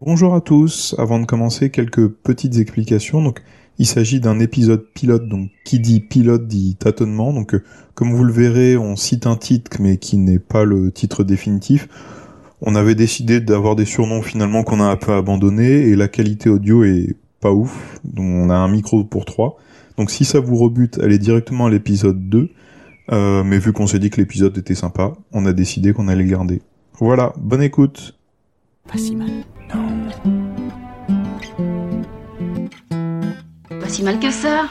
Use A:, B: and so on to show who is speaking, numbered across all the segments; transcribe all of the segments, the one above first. A: Bonjour à tous. Avant de commencer, quelques petites explications. Donc, il s'agit d'un épisode pilote. Donc, qui dit pilote dit tâtonnement. Donc, euh, comme vous le verrez, on cite un titre, mais qui n'est pas le titre définitif. On avait décidé d'avoir des surnoms finalement qu'on a un peu abandonnés et la qualité audio est pas ouf. Donc, on a un micro pour trois. Donc, si ça vous rebute, allez directement à l'épisode 2. Euh, mais vu qu'on s'est dit que l'épisode était sympa, on a décidé qu'on allait le garder. Voilà. Bonne écoute.
B: Pas si mal.
C: Pas si mal que ça.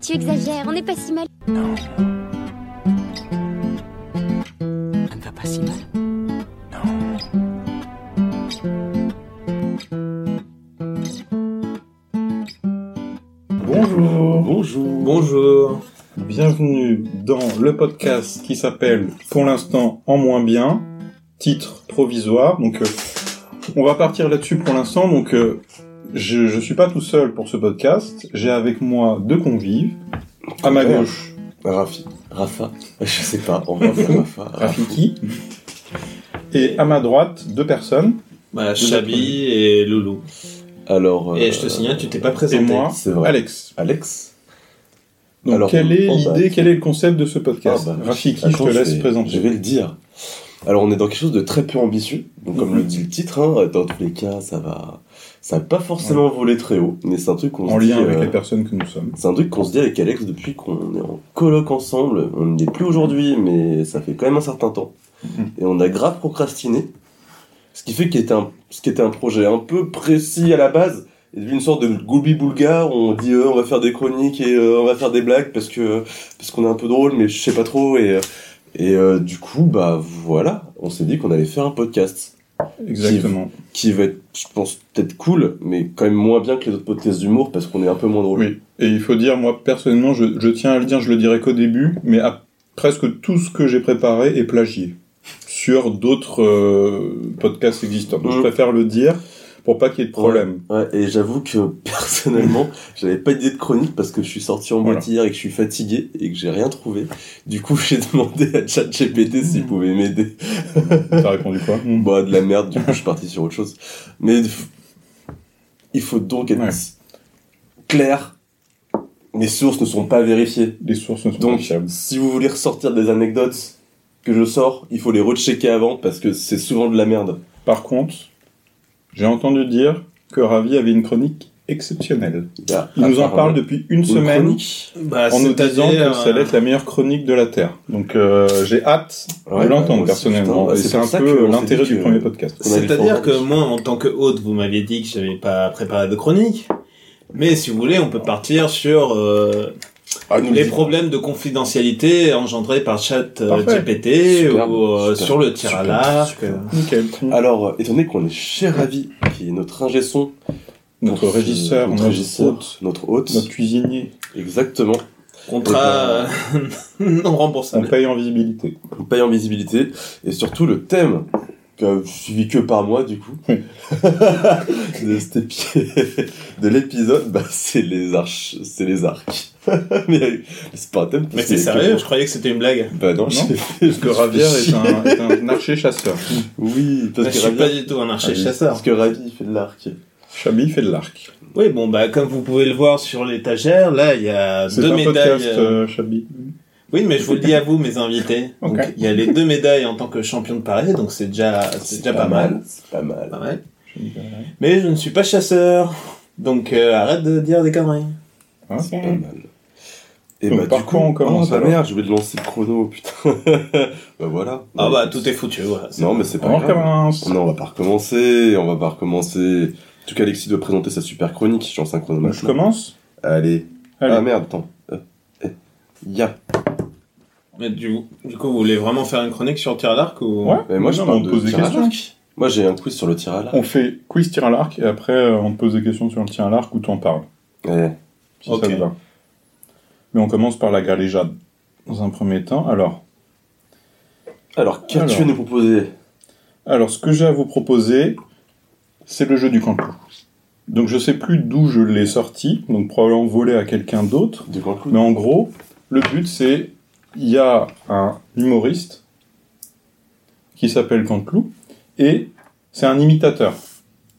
D: Tu exagères, on n'est pas si mal.
B: Ça ne va pas si mal.
E: Bonjour. Bonjour.
F: Bonjour.
E: Bienvenue dans le podcast qui s'appelle pour l'instant en moins bien, titre provisoire. Donc euh, on va partir là-dessus pour l'instant. Donc euh, je je suis pas tout seul pour ce podcast. J'ai avec moi deux convives. À ma
G: Ouais.
E: gauche,
G: Rafi. Rafa. Je sais pas. On va faire Rafa.
E: Rafiki. Et à ma droite, deux personnes.
F: Bah,
E: Vous
F: Chabi et Loulou.
G: Alors.
F: Et
G: euh,
F: je te signale, tu t'es pas
E: Et
F: présenté.
E: moi,
G: c'est vrai.
E: Alex.
G: Alex.
E: Donc
G: Alors,
E: quelle est
G: oh, bah.
E: l'idée, quel est le concept de ce podcast
G: Ah bah,
E: Rafiki,
G: attends,
E: je te laisse
G: vais-
E: présenter.
G: Je vais le dire. Alors, on est dans quelque chose de très peu ambitieux. Donc, comme
E: Mhm.
G: le dit le titre, hein, dans tous les cas, ça va, ça va pas forcément voler très haut. Mais c'est un truc qu'on
E: En
G: se dit,
E: lien avec
G: euh,
E: les personnes que nous sommes.
G: C'est un truc qu'on se dit avec Alex depuis qu'on est en colloque ensemble. On n'y est plus aujourd'hui, mais ça fait quand même un certain temps.
E: Mhm.
G: Et on a grave procrastiné. Ce qui fait qu'il était un, ce qui était un projet un peu précis à la base, est devenu une sorte de goubi boulga on dit euh, on va faire des chroniques et euh, on va faire des blagues parce que parce qu'on est un peu drôle, mais je sais pas trop. Et, euh, et euh, du coup, bah voilà, on s'est dit qu'on allait faire un podcast
E: Exactement.
G: qui va être, je pense, peut-être cool, mais quand même moins bien que les autres podcasts d'humour parce qu'on est un peu moins drôle.
E: Oui, et il faut dire, moi personnellement, je, je tiens à le dire, je le dirai qu'au début, mais à- presque tout ce que j'ai préparé est plagié sur d'autres euh, podcasts existants. Donc je
G: Mm.
E: préfère le dire pour pas qu'il y ait de problème.
G: Ouais, et j'avoue que personnellement, j'avais pas d'idée de chronique parce que je suis sorti en
E: Voilà.
G: boîte hier et que je suis fatigué et que j'ai rien trouvé. Du coup, j'ai demandé à ChatGPT
E: Hmm.
G: s'il pouvait m'aider.
E: T'as répondu quoi Mm.
G: Bah, de la merde, du coup, je suis parti sur autre chose. Mais f- il faut donc être
E: Ouais.
G: clair. Mes sources ne sont pas vérifiées.
E: Les sources ne sont pas
G: Donc,
E: fiables.
G: si vous voulez ressortir des anecdotes que je sors, il faut les rechecker avant parce que c'est souvent de la merde.
E: Par contre, j'ai entendu dire que Ravi avait une chronique exceptionnelle. Il nous en parle depuis une, semaine.
F: Bah,
E: En nous
F: c'est-à-dire,
E: disant que ça
F: euh,
E: allait être la meilleure chronique de la Terre. Donc euh, j'ai hâte
G: Ouais,
E: de
G: bah,
E: l'entendre
G: moi aussi,
E: personnellement.
G: putain, bah,
E: et
G: c'est
E: c'est
G: pour
E: un
G: ça qu'on
E: peu
G: s'est
E: l'intérêt
G: dit
E: du
G: que-
E: premier podcast.
G: qu'on avait le
F: euh, C'est-à-dire que
G: format.
F: moi, en tant que hôte, vous m'aviez dit que j'avais pas préparé de chronique. Mais si vous voulez, on peut partir sur euh,
G: Ah, nous
F: les
G: dit-
F: problèmes de confidentialité engendrés par chat euh,
E: Parfait.
F: GPT
G: Superbe,
F: ou euh,
G: superbe,
F: sur le tir à
G: superbe,
F: l'arc. euh,
G: superbe.
E: Nickel.
G: Alors, euh, étant donné qu'on est chez Ravi, qui est notre ingé son,
E: Notre
G: euh,
E: régisseur,
G: notre,
E: notre
G: régisseur,
E: hôte,
G: notre hôte,
E: notre cuisinier,
G: exactement, Eh
F: Contrat euh,
G: ben.
F: non
E: on
F: remboursable.
E: paye en visibilité.
G: on paye en visibilité, et surtout le thème, que, suivi que par moi du coup,
E: Oui.
G: de, cet épi- de l'épisode, bah, c'est les arches, c'est les arcs. mais euh, c'est pas un thème. parce
F: Mais
G: que
F: c'est
G: que
F: sérieux,
G: moi.
F: je croyais que c'était une blague.
G: Bah non,
E: Non.
G: j'ai
E: Parce que Ravière est un, est un archer-chasseur.
G: Oui, parce
F: Je
G: que
F: suis
G: Ravi-
F: pas du tout un
G: Ah oui,
F: archer-chasseur.
G: Parce que Ravi il fait de l'arc.
E: Chabi fait de l'arc.
F: Oui, bon, bah, comme vous pouvez le voir sur l'étagère, là, il y a
E: C'est
F: deux
E: un podcast,
F: médailles. euh,
E: euh, Chabi.
F: Oui, mais je vous le dis à vous, mes invités.
E: Ok.
F: Donc, il y a les deux médailles en tant que champion de Paris, donc c'est déjà, c'est déjà pas, mal.
G: C'est pas mal.
F: Pas mal.
E: Hein
F: Mais je ne suis pas chasseur. Donc, euh, arrête de dire des conneries.
E: Hein
G: Pas mal. Et
E: Donc, par quoi on commence,
G: Ah bah
E: alors
G: merde, je vais lancer le chrono, putain. bah voilà.
F: Ah bah, tout est foutu, voilà. c'est-
G: Non, mais c'est pas
E: On
G: grave.
E: recommence.
G: Non, on va pas recommencer, on va pas recommencer. En tout cas, Alexis doit présenter sa super chronique, Bah, je suis en synchrone
E: Donc, je commence
G: Allez.
E: Allez.
G: Ah merde, attends. Euh, euh, Ya.
F: Mais du, du coup, vous voulez vraiment faire une chronique sur le tir à l'arc ou...
E: Ouais.
G: Mais Eh, moi, je
E: Non,
G: parle
E: mais on
G: de
E: pose des
G: tir à
E: questions.
G: l'arc. Moi, j'ai un quiz sur le tir à l'arc.
E: On fait quiz tir à l'arc et après euh, on te pose des questions sur le tir à l'arc ou t'en parles,
G: Ouais.
E: si
F: Ok.
E: ça te va. Mais on commence par la galéjade. Dans un premier temps, alors,
G: Alors, qu'as-tu à
E: Alors.
G: nous proposer
E: alors ce que j'ai à vous proposer, c'est le jeu du cancou. Donc je sais plus d'où je l'ai sorti, donc probablement volé à quelqu'un d'autre.
G: de grand coup
E: Mais en gros, le but c'est il y a un humoriste qui s'appelle Canteloup, et c'est un imitateur.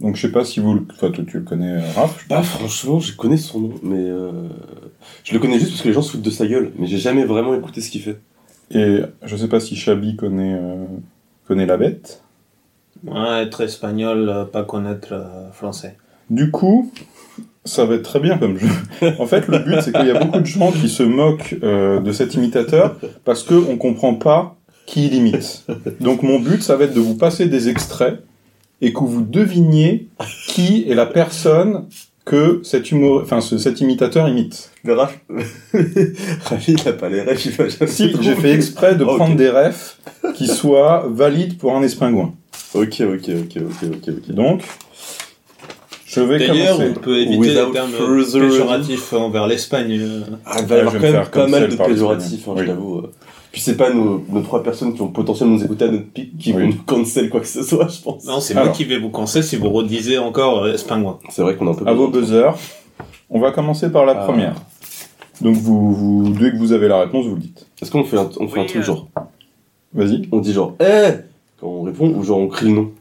E: Donc je sais pas si vous, le... enfin, toi, tu le connais, euh, Raph.
G: Bah franchement, je connais son nom, mais euh, je le connais juste parce que les gens se foutent de sa gueule, mais j'ai jamais vraiment écouté ce qu'il fait.
E: Et je sais pas si Chabi connaît, euh, connaît la bête.
F: Ouais, Ah, être espagnol, euh, pas connaître euh, français.
E: Du coup, ça va être très bien comme jeu. En fait, le but, c'est qu'il y a beaucoup de gens qui se moquent euh, de cet imitateur parce qu'on comprend pas qui il imite. Donc mon but, ça va être de vous passer des extraits et que vous deviniez qui est la personne que cet, humour... enfin, ce- cet imitateur imite.
G: Le Bah, Raph, Ravi, il a pas les rêves, il va jamais
E: Si,
G: trouver.
E: j'ai fait exprès de
G: Ah, Ok.
E: prendre des refs qui soient valides pour un espingouin.
G: Ok, ok, ok, ok, ok, ok.
E: Donc, je vais
F: D'ailleurs, on
E: commencer.
F: peut éviter
G: Without
F: les termes
G: further
F: péjoratifs envers l'Espagne. euh.
G: Ah, il va y
E: Ah,
G: avoir quand
E: je vais
G: même
E: me faire
G: pas
E: comme
G: mal
E: celle
G: de
E: par l'Espagne.
G: péjoratifs, hein,
E: Oui.
G: je l'avoue. euh. Puis c'est pas nos, nos trois personnes qui ont potentiellement nous écouter à notre pic qui
E: Oui.
G: vont nous cancel quoi que ce soit, je pense.
F: Non, c'est
E: Alors.
F: moi qui vais vous conseiller si vous redisez encore euh, espingouin.
G: C'est vrai qu'on a un peu
E: à vos
G: besoin.
E: buzzers. On va commencer par la
G: Ah.
E: première. Donc vous, vous, dès que vous avez la réponse, vous le dites.
G: Est-ce qu'on fait un, on fait un
B: Oui,
G: truc
B: euh.
G: genre,
E: Vas-y.
G: on dit genre, hé quand on répond, ou genre on crie le nom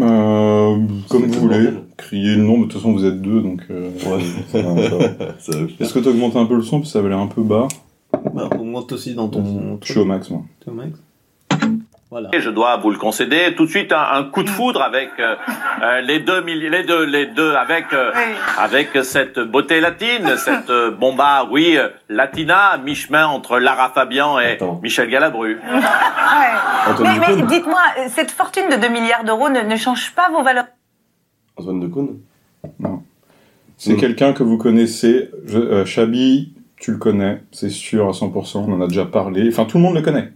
E: Euh, comme
G: C'est
E: vous voulez.
G: bordel.
E: Criez le nom, mais de toute façon vous êtes deux, donc. euh,
G: Ouais.
E: ça va, Ah, ça va.
G: Ça va faire.
E: Est-ce que tu augmentes un peu le son parce que ça va l'air un peu bas
F: Bah, augmente aussi dans ton.
E: Je suis au max moi.
F: ton max. Voilà.
C: Et je dois vous le concéder tout de suite un, un coup de foudre avec euh, euh, les deux milli- les deux les deux avec euh, avec cette beauté latine cette euh, bomba oui euh, latina mi chemin entre Lara Fabian et
G: Attends.
C: Michel Galabru
D: Ouais.
G: Antoine
D: Mais, mais
G: Decaune
D: dites-moi, euh, cette fortune de 2 milliards d'euros ne, ne change pas vos valeurs
G: Antoine Decaune
E: C'est
G: Mm.
E: quelqu'un que vous connaissez. Je, euh, Chabi, tu le connais, c'est sûr à 100%. On en a déjà parlé. Enfin, tout le monde le connaît.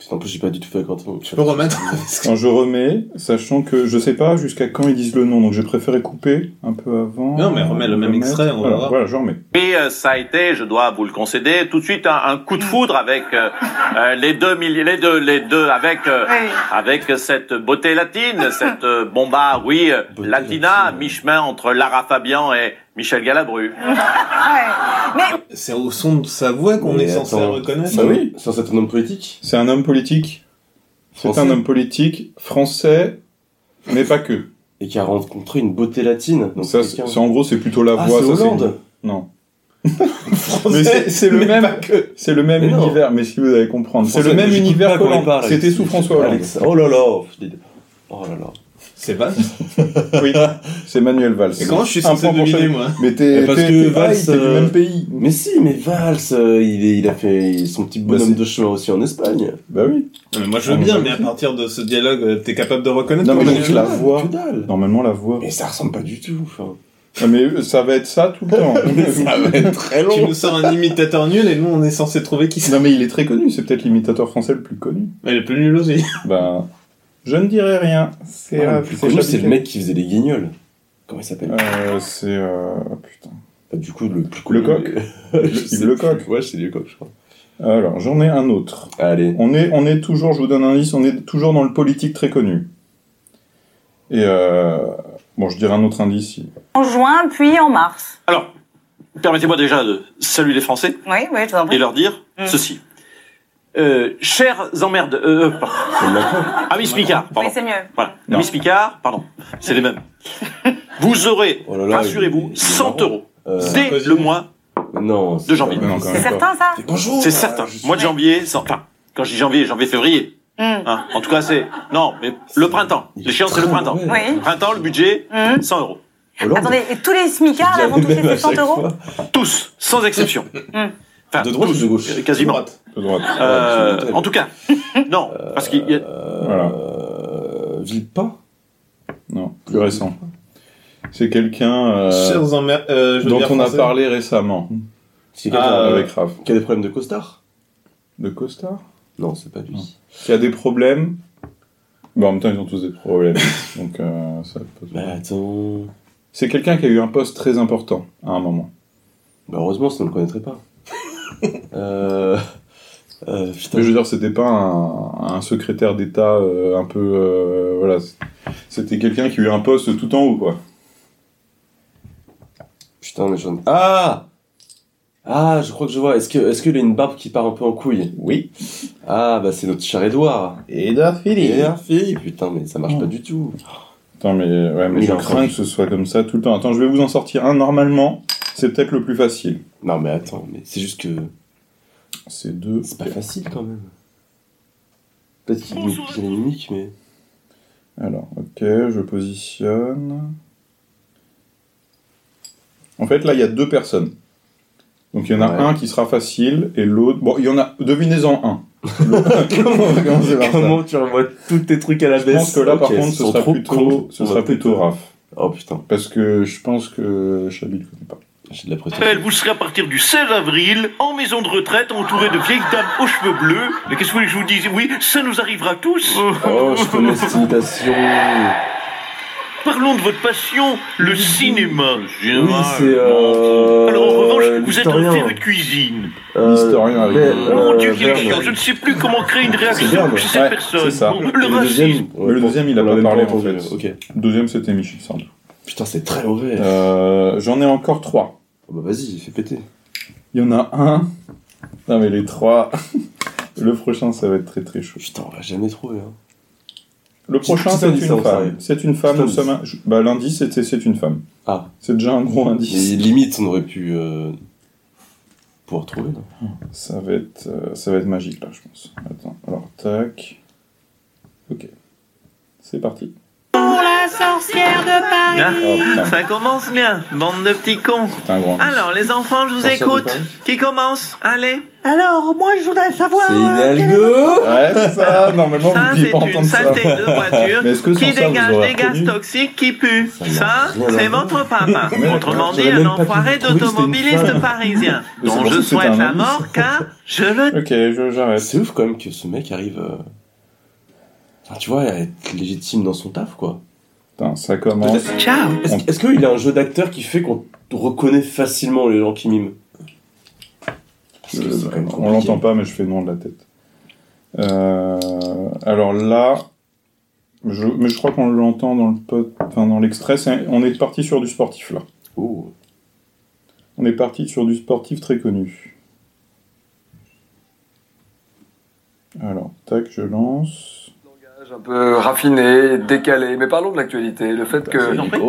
G: Putain, en plus j'ai pas du tout fait la cantine.
F: Je peux remettre
E: Quand je remets, sachant que je sais pas jusqu'à quand ils disent le nom, donc j'ai préféré couper un peu avant.
F: Non, mais remets le même
E: Remettre.
F: extrait, on va
E: Voilà,
F: voir.
E: voilà, je remets.
C: oui euh, ça a été je dois vous le concéder tout de suite un, un coup de foudre avec euh, euh, les deux milli- les deux les deux avec euh, avec cette beauté latine cette euh, bomba oui euh,
G: Beauté
C: latina
G: latine.
C: mi chemin entre Lara Fabian et Michel Galabru
F: C'est au son de sa voix qu'on
G: Mais
F: est censé
G: attends.
F: reconnaître.
E: Bah oui.
G: C'est un certain homme politique
E: C'est un homme politique. C'est
G: Français.
E: un homme politique français, mais pas que.
G: et qui a rencontré une beauté latine. Donc
E: ça, c'est-
G: quelqu'un-
E: c'est- en gros, c'est plutôt la
G: Ah,
E: voix.
G: c'est
E: ça,
G: Hollande
E: Non. Mais c'est- c'est le
F: mais
E: même-
F: pas que.
E: C'est le même
G: Mais non.
E: univers, mais si vous allez comprendre. C'est le
G: Français,
E: même
G: j'écoute
E: univers
G: pas quand il
E: qu'Hollande.
G: parle.
E: C'était sous François Hollande.
G: Alex- Oh là là je dis- Oh là là
F: C'est Valls.
E: Oui, c'est Manuel Valls.
F: Et comment je suis
E: Un
F: censé
E: point pour
F: deviner,
E: Chabi.
F: moi
E: Mais t'es
G: Mais Eh, parce
E: t'es-
G: que
E: t'es pareil,
G: Valls,
E: t'es du
G: euh,
E: même pays.
G: Mais si, mais Valls, euh, il, est- il a fait son petit
E: Bah,
G: bonhomme
E: c'est-
G: de chemin aussi en Espagne.
E: Bah oui.
F: Non, mais Moi, je veux bien, mais à partir de ce dialogue, euh, t'es capable de reconnaître
E: Non,
F: ton
E: mais donc,
F: Manuel
E: la
F: Valls
E: voix.
G: Que dalle.
E: Normalement, la voix.
G: Mais ça ressemble pas du tout. Enfin,
E: Ah, mais ça va être ça tout le temps.
G: ça va être très
F: Tu
G: long.
F: nous sors un imitateur nul et nous, on est censé trouver qui c'est.
E: non, mais il est très connu. C'est peut-être l'imitateur français le plus connu.
F: Mais le plus nul aussi.
E: Bah, je ne dirai rien. C'est
G: Ah,
E: euh,
G: le plus
E: c'est
G: connu,
E: Chabi
G: c'est
E: qui-
G: le mec qui faisait les guignols. Comment il s'appelle
E: Euh, c'est. euh, putain.
G: Bah, Du coup, le plus euh,
E: Le coq.
G: Je
E: Steve
G: sais
E: Le
G: plus.
E: Coq.
G: Ouais, c'est le coq, je crois.
E: Alors, j'en ai un autre.
G: Allez.
E: On est, on est toujours, je vous donne un indice, on est toujours dans le politique très connu. Et euh, bon, je dirais un autre indice. si-
D: en juin puis en mars.
C: Alors, permettez-moi déjà de saluer les Français
D: Oui, oui, je vous en
C: et
D: prie.
C: leur dire
D: Mm.
C: ceci. Euh, chers emmerdes, euh, pardon. amis Picard,
D: Oui,
C: pardon.
D: c'est mieux.
C: Voilà,
G: Mm.
E: Non.
C: amis Picard, pardon, c'est les mêmes. Vous aurez,
G: Oh là là, il-
C: rassurez-vous,
G: il est
C: 100
G: marrant.
C: euros
G: Euh,
C: dès
F: Sarkozy.
C: le mois,
G: non.
C: De janvier.
E: Non, quand
D: C'est
E: même pas.
D: certain, ça
G: Bonjour.
C: c'est certain.
G: Ah,
C: Mois de janvier, sans- enfin, quand je dis janvier, janvier-février.
D: Mm.
C: hein. En tout cas, c'est non, mais le printemps. L'échéance c'est le printemps.
D: Oui.
C: Printemps, le budget,
D: Mm.
C: 100 euros.
D: Attendez, et tous les smicards là, vont toucher ces 100 euros
C: Tous, sans exception. Enfin,
G: De droite ou
C: tous,
G: de gauche
C: euh, Quasiment.
E: de droite.
C: Euh,
G: absolument.
C: en tout cas, non, parce qu'il y a-
G: Euh, Villepin
E: Non, plus récent. C'est quelqu'un euh,
F: Chers emmer- euh, je veux
E: dont
F: dire
E: on a
F: français.
E: parlé récemment
G: C'est
F: Ah,
G: quelqu'un
E: avec Raph.
G: qui a des problèmes de costard
E: De Costard
G: Non, c'est pas lui.
E: Qui a des problèmes. Bon, en même temps, ils ont tous des problèmes. donc, euh, ça peut-
G: Bah attends.
E: C'est quelqu'un qui a eu un poste très important à un moment.
G: Bah heureusement, sinon on le connaîtrait pas. euh... euh, putain.
E: Mais je veux dire, c'était pas un, un secrétaire d'État euh, un peu. euh, voilà. C'était quelqu'un qui a eu un poste tout en haut, quoi.
G: Putain, mais j'en... Ah Ah, je crois que je vois. Est-ce que est-ce qu'il a une barbe qui part un peu en couille
E: Oui.
G: Ah, bah c'est notre cher Edouard.
F: Edouard Philippe.
G: Edouard Philippe. Putain, mais ça marche pas du tout.
E: Attends, mais, ouais, mais
G: Oui,
E: je
G: non,
E: crains
G: oui.
E: que ce soit comme ça tout le temps. Attends, je vais vous en sortir un. Normalement, c'est peut-être le plus facile.
G: Non, mais attends, mais c'est juste que
E: C'est deux.
G: c'est pas facile quand même. Peut-être qu'il nous- qu'il y a une mimique, mais
E: Alors, ok, je positionne. En fait, là, il y a deux personnes. Donc, il y en a
G: Ouais.
E: un qui sera facile et l'autre. Bon, il y en a. Devinez-en un. L'autre- Comment on va commencer par ça
G: comment tu envoies tous tes trucs à la
E: Je
G: baisse
E: pense que là, par
G: Ok,
E: contre,
G: ils
E: ce
G: sont
E: sera
G: trop
E: plutôt,
G: cons.
E: ce
G: On
E: sera
G: va
E: plutôt Raph.
G: Oh putain,
E: Parce que je pense que Chabi ne connaît pas.
G: j'ai de la pression.
H: Elle vous serez à partir du 16 avril en maison de retraite entourée de vieilles dames aux cheveux bleus. Mais qu'est-ce que vous voulez que je vous dise Oui, ça nous arrivera tous.
G: Oh, je connais cette imitation.
H: Parlons de votre passion, le cinéma.
G: Oui, c'est. Euh...
H: Alors en revanche, vous êtes un
G: l'historien.
H: féru de cuisine.
G: Euh,
E: L'historien avec-
G: Ber-
E: Euh,
H: Oh, Mon Dieu, quel
G: Verne.
H: chien, je ne sais plus comment créer une
G: C'est Verne,
H: réaction chez cette
E: ouais,
H: personne.
E: c'est ça.
H: Bon,
G: Et
H: le racisme.
G: ouais,
E: Mais le
G: bon,
E: deuxième, il a
G: on
E: pas
G: l'a même
E: parlé, en
G: entendu,
E: fait.
G: Ok.
E: Deuxième, c'était Michel Sardou.
G: Putain, c'est très mauvais.
E: Euh, J'en ai encore trois.
G: Oh, bah vas-y, fais péter.
E: Il y en a un. Non, mais les trois. le prochain, ça va être très très chaud.
G: Putain, on va jamais trouver. Hein.
E: Le prochain,
G: Qui
E: c'est
G: t'a dit
E: une,
G: ça, on
E: femme.
G: s'arrête.
E: C'est une femme.
G: Qui t'a
E: Nous
G: dit
E: sommes. un- je- Bah, lundi, c'était c'est une femme.
G: Ah.
E: C'est déjà un gros
G: Mais
E: indice.
G: limite, on aurait pu euh, pouvoir trouver. Non
E: Ça va être, euh, ça va être magique là, je pense. Attends. Alors tac. Ok. C'est parti.
D: la sorcière de Paris.
G: Ah,
E: Oh putain,
C: Ça commence bien, bande de petits cons.
E: c'est un Ah, grand. indice.
C: Alors, les enfants, je vous
G: Sorcière de
C: écoute.
G: Paris.
C: Qui commence Allez.
D: Alors, moi, je voudrais savoir.
G: C'est
D: euh, quel-
G: Hidalgo
E: Ouais, c'est ça. Normalement, vous ne
C: Ça,
E: pouviez
C: c'est
E: pas
C: une
E: entendre ça.
C: saleté de voiture
E: Mais est-ce que sans
C: qui
E: ça, vous
C: dégage
E: aurez
C: des gaz
E: reconnu
C: toxiques qui puent.
G: Ça n'a
C: Ça,
G: rien à
C: c'est
G: voir.
C: votre papa.
E: Mais
C: Autrement dit,
G: j'aurais même
C: un
G: pas pu
C: enfoiré
G: trouver, c'était une
C: d'automobiliste
G: femme.
C: parisien
E: Mais c'est
C: dont
E: pour ça
C: je
E: que c'était
C: souhaite
E: un
C: la
E: indice.
C: mort car je le...
E: Ok, je- j'arrête.
G: C'est ouf quand même que ce mec arrive. euh, Enfin, tu vois, à être légitime dans son taf, quoi.
E: Putain, ça commence.
C: Ciao
G: Est-ce est-ce qu'il a un jeu d'acteur qui fait qu'on reconnaît facilement les gens qui miment Parce que c'est quand même
E: Euh, on
G: compliqué.
E: l'entend pas, mais je fais non de la tête. Euh, alors là, je, mais je crois qu'on l'entend dans le pod- enfin dans l'extrait. c'est- On est parti sur du sportif là.
G: Oh.
E: On est parti sur du sportif très connu. Alors, tac, je lance.
I: Un peu raffiné, décalé, mais parlons de l'actualité. Le fait que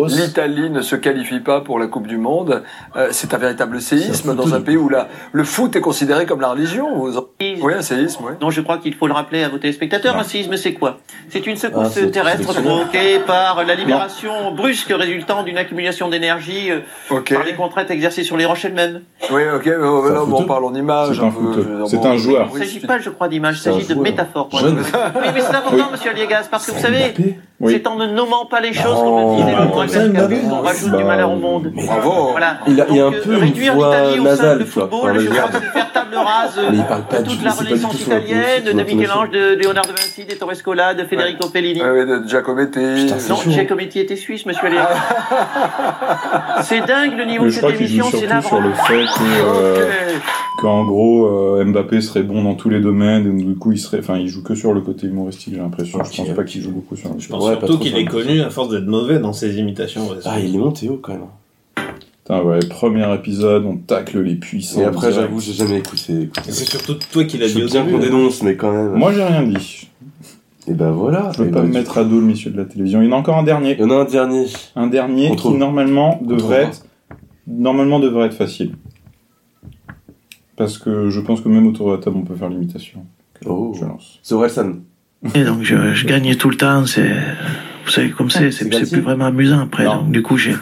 I: l'Italie ne se qualifie pas pour la Coupe du Monde, euh, c'est un véritable séisme dans un pays où la, le foot est considéré comme la religion. Vous en- Oui, un séisme, oui.
H: Non, je crois qu'il faut le rappeler à vos téléspectateurs. Un séisme, c'est quoi C'est une
G: Ah,
H: secousse
G: c'est-
H: terrestre
G: c'est-
H: provoquée par la libération brusque résultant d'une accumulation d'énergie euh,
I: Ok.
H: par les contraintes exercées sur les roches elles-mêmes.
I: Oui, ok. mais on-
G: oh,
E: C'est un
I: là, on
E: footeux.
I: parle en image.
E: C'est un
I: peu,
E: footeux.
I: je veux dire,
E: C'est
I: bon,
E: un joueur.
H: Il
I: oui,
H: ne s'agit
I: c'est-
H: pas, je crois, d'image, il
G: C'est un
H: s'agit de
G: joueur.
H: métaphore. moi,
G: Jeune.
H: je crois. Oui, mais c'est important, monsieur Liegas, parce que vous savez,
E: Oui.
H: c'est en ne nommant pas les choses
G: Non,
H: qu'on le disait
G: bah,
H: le moins
G: comme ça, il
H: Gascabus,
G: m'abuse.
H: on rajoute
E: Bah,
H: du malheur au monde.
G: mais-
I: Bravo.
H: Voilà.
G: Il a- il a un
H: Donc,
G: peu
H: euh,
G: une
H: réduire
G: voix
H: l'Italie au
G: nasale,
H: simple
G: tu vois,
H: football, je
G: dans le
H: crois
G: verbe.
H: que c'est faire table rase euh,
G: Mais il parle pas
H: de
G: du-
H: toute la
G: c'est pas du
H: Renaissance
G: tout sur la
H: italienne,
G: prononciation,
H: de
G: sur l'intonation.
H: Michel-Ange, de Leonardo da Vinci, de Torres Cola, de Federico Fellini.
G: Ah
I: Oui, oui, de Giacometti.
G: Putain, c'est
H: Non,
G: chaud.
H: Giacometti était suisse, monsieur Léa.
G: Ah.
H: c'est dingue le niveau de
E: Mais je
H: cette
E: crois qu'il joue
H: émission, c'est
E: surtout
H: navrant.
E: sur le fait que,
H: Oh,
E: euh, qu'en gros, euh, Mbappé serait bon dans tous les domaines, et donc, du coup, il serait, enfin, il joue que sur le côté humoristique, j'ai l'impression.
G: Ok,
E: je pense pas
G: ok.
E: qu'il joue beaucoup sur le
F: Je pense
G: Ouais, pas
F: surtout
G: trop
F: qu'il
G: sur
F: est
G: le-
F: connu à force d'être mauvais dans ses imitations. ouais.
G: Ah, il est monté haut quand même.
E: Putain, ouais, premier épisode, on tacle les puissants.
G: Et après,
E: direct.
G: j'avoue, j'ai jamais écouté.
F: Et C'est surtout toi qui l'as
G: Je
F: dit
G: veux
F: au
G: bien
F: début.
G: qu'on dénonce, mais quand même.
E: Moi, j'ai rien dit.
G: Et ben voilà.
E: Je veux
G: euh, Et
E: pas
G: ben,
E: me
G: tu-
E: mettre à dos le monsieur de la télévision. Il y en a encore un dernier.
G: Il y en a un dernier.
E: Un dernier
G: Euh, On
E: qui,
G: trouve.
E: normalement, devrait
G: trouvera.
E: être, normalement, devrait être facile. Parce que je pense que même autour de la table, on peut faire l'imitation.
G: Oh.
E: Je lance.
G: Sorelsan.
H: Et donc je, je gagnais tout le temps, c'est vous savez comme c'est, c'est c'est plus vraiment amusant après.
E: Non.
H: Donc, du coup j'ai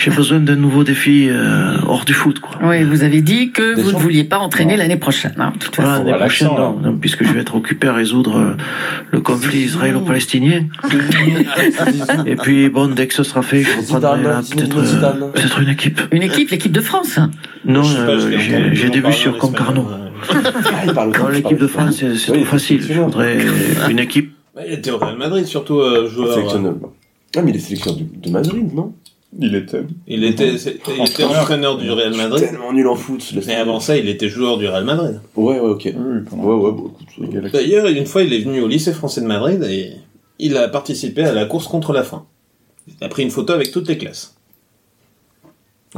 H: j'ai besoin d'un nouveau défi euh, hors du foot quoi.
J: Oui, vous avez dit que
G: Des
J: vous
G: gens-
J: ne vouliez pas entraîner
E: Non.
J: l'année prochaine. hein, de toute façon.
H: Voilà, l'année
E: Voilà,
H: prochaine,
E: l'accent, hein.
H: non, non, puisque je vais être occupé à résoudre euh, le conflit israélo-palestinien. Et puis, bon, dès que ce sera fait, je reprendrai
G: Zidane,
H: là,
G: Zidane,
H: peut-être
G: Zidane.
H: euh, peut-être une équipe.
J: Une équipe, l'équipe de France. hein.
H: Non,
F: Je sais pas,
H: euh,
F: je l'ai
H: j'ai
F: entendu
H: j'ai des vues
F: parler
H: sur
F: en espagnol,
H: Concarneau.
F: ouais.
G: Ah, il parle
H: Non,
G: autant, il
H: l'équipe
G: parle
H: de France, c'est c'est
G: Oui,
H: trop facile. Je
G: effectivement.
H: voudrais une équipe.
F: Bah, Il était au Real Madrid, surtout euh, joueur. euh,
G: Sélectionneur. Ah, mais il est sélectionneur de, de Madrid, non
E: Il était.
F: euh. Il était, c'était- il était entraîneur du Real
G: Je
F: Madrid.
G: suis tellement nul en foot. laisse tomber.
F: Mais avant ça, il était joueur du Real Madrid.
G: Ouais, ouais, ok.
E: Oui, oui, pendant-
G: Ouais, ouais, bon, écoute.
E: Les
G: euh,
E: Galaxy.
F: D'ailleurs, une fois, il est venu au lycée français de Madrid et il a participé à la course contre la faim. Il a pris une photo avec toutes les classes.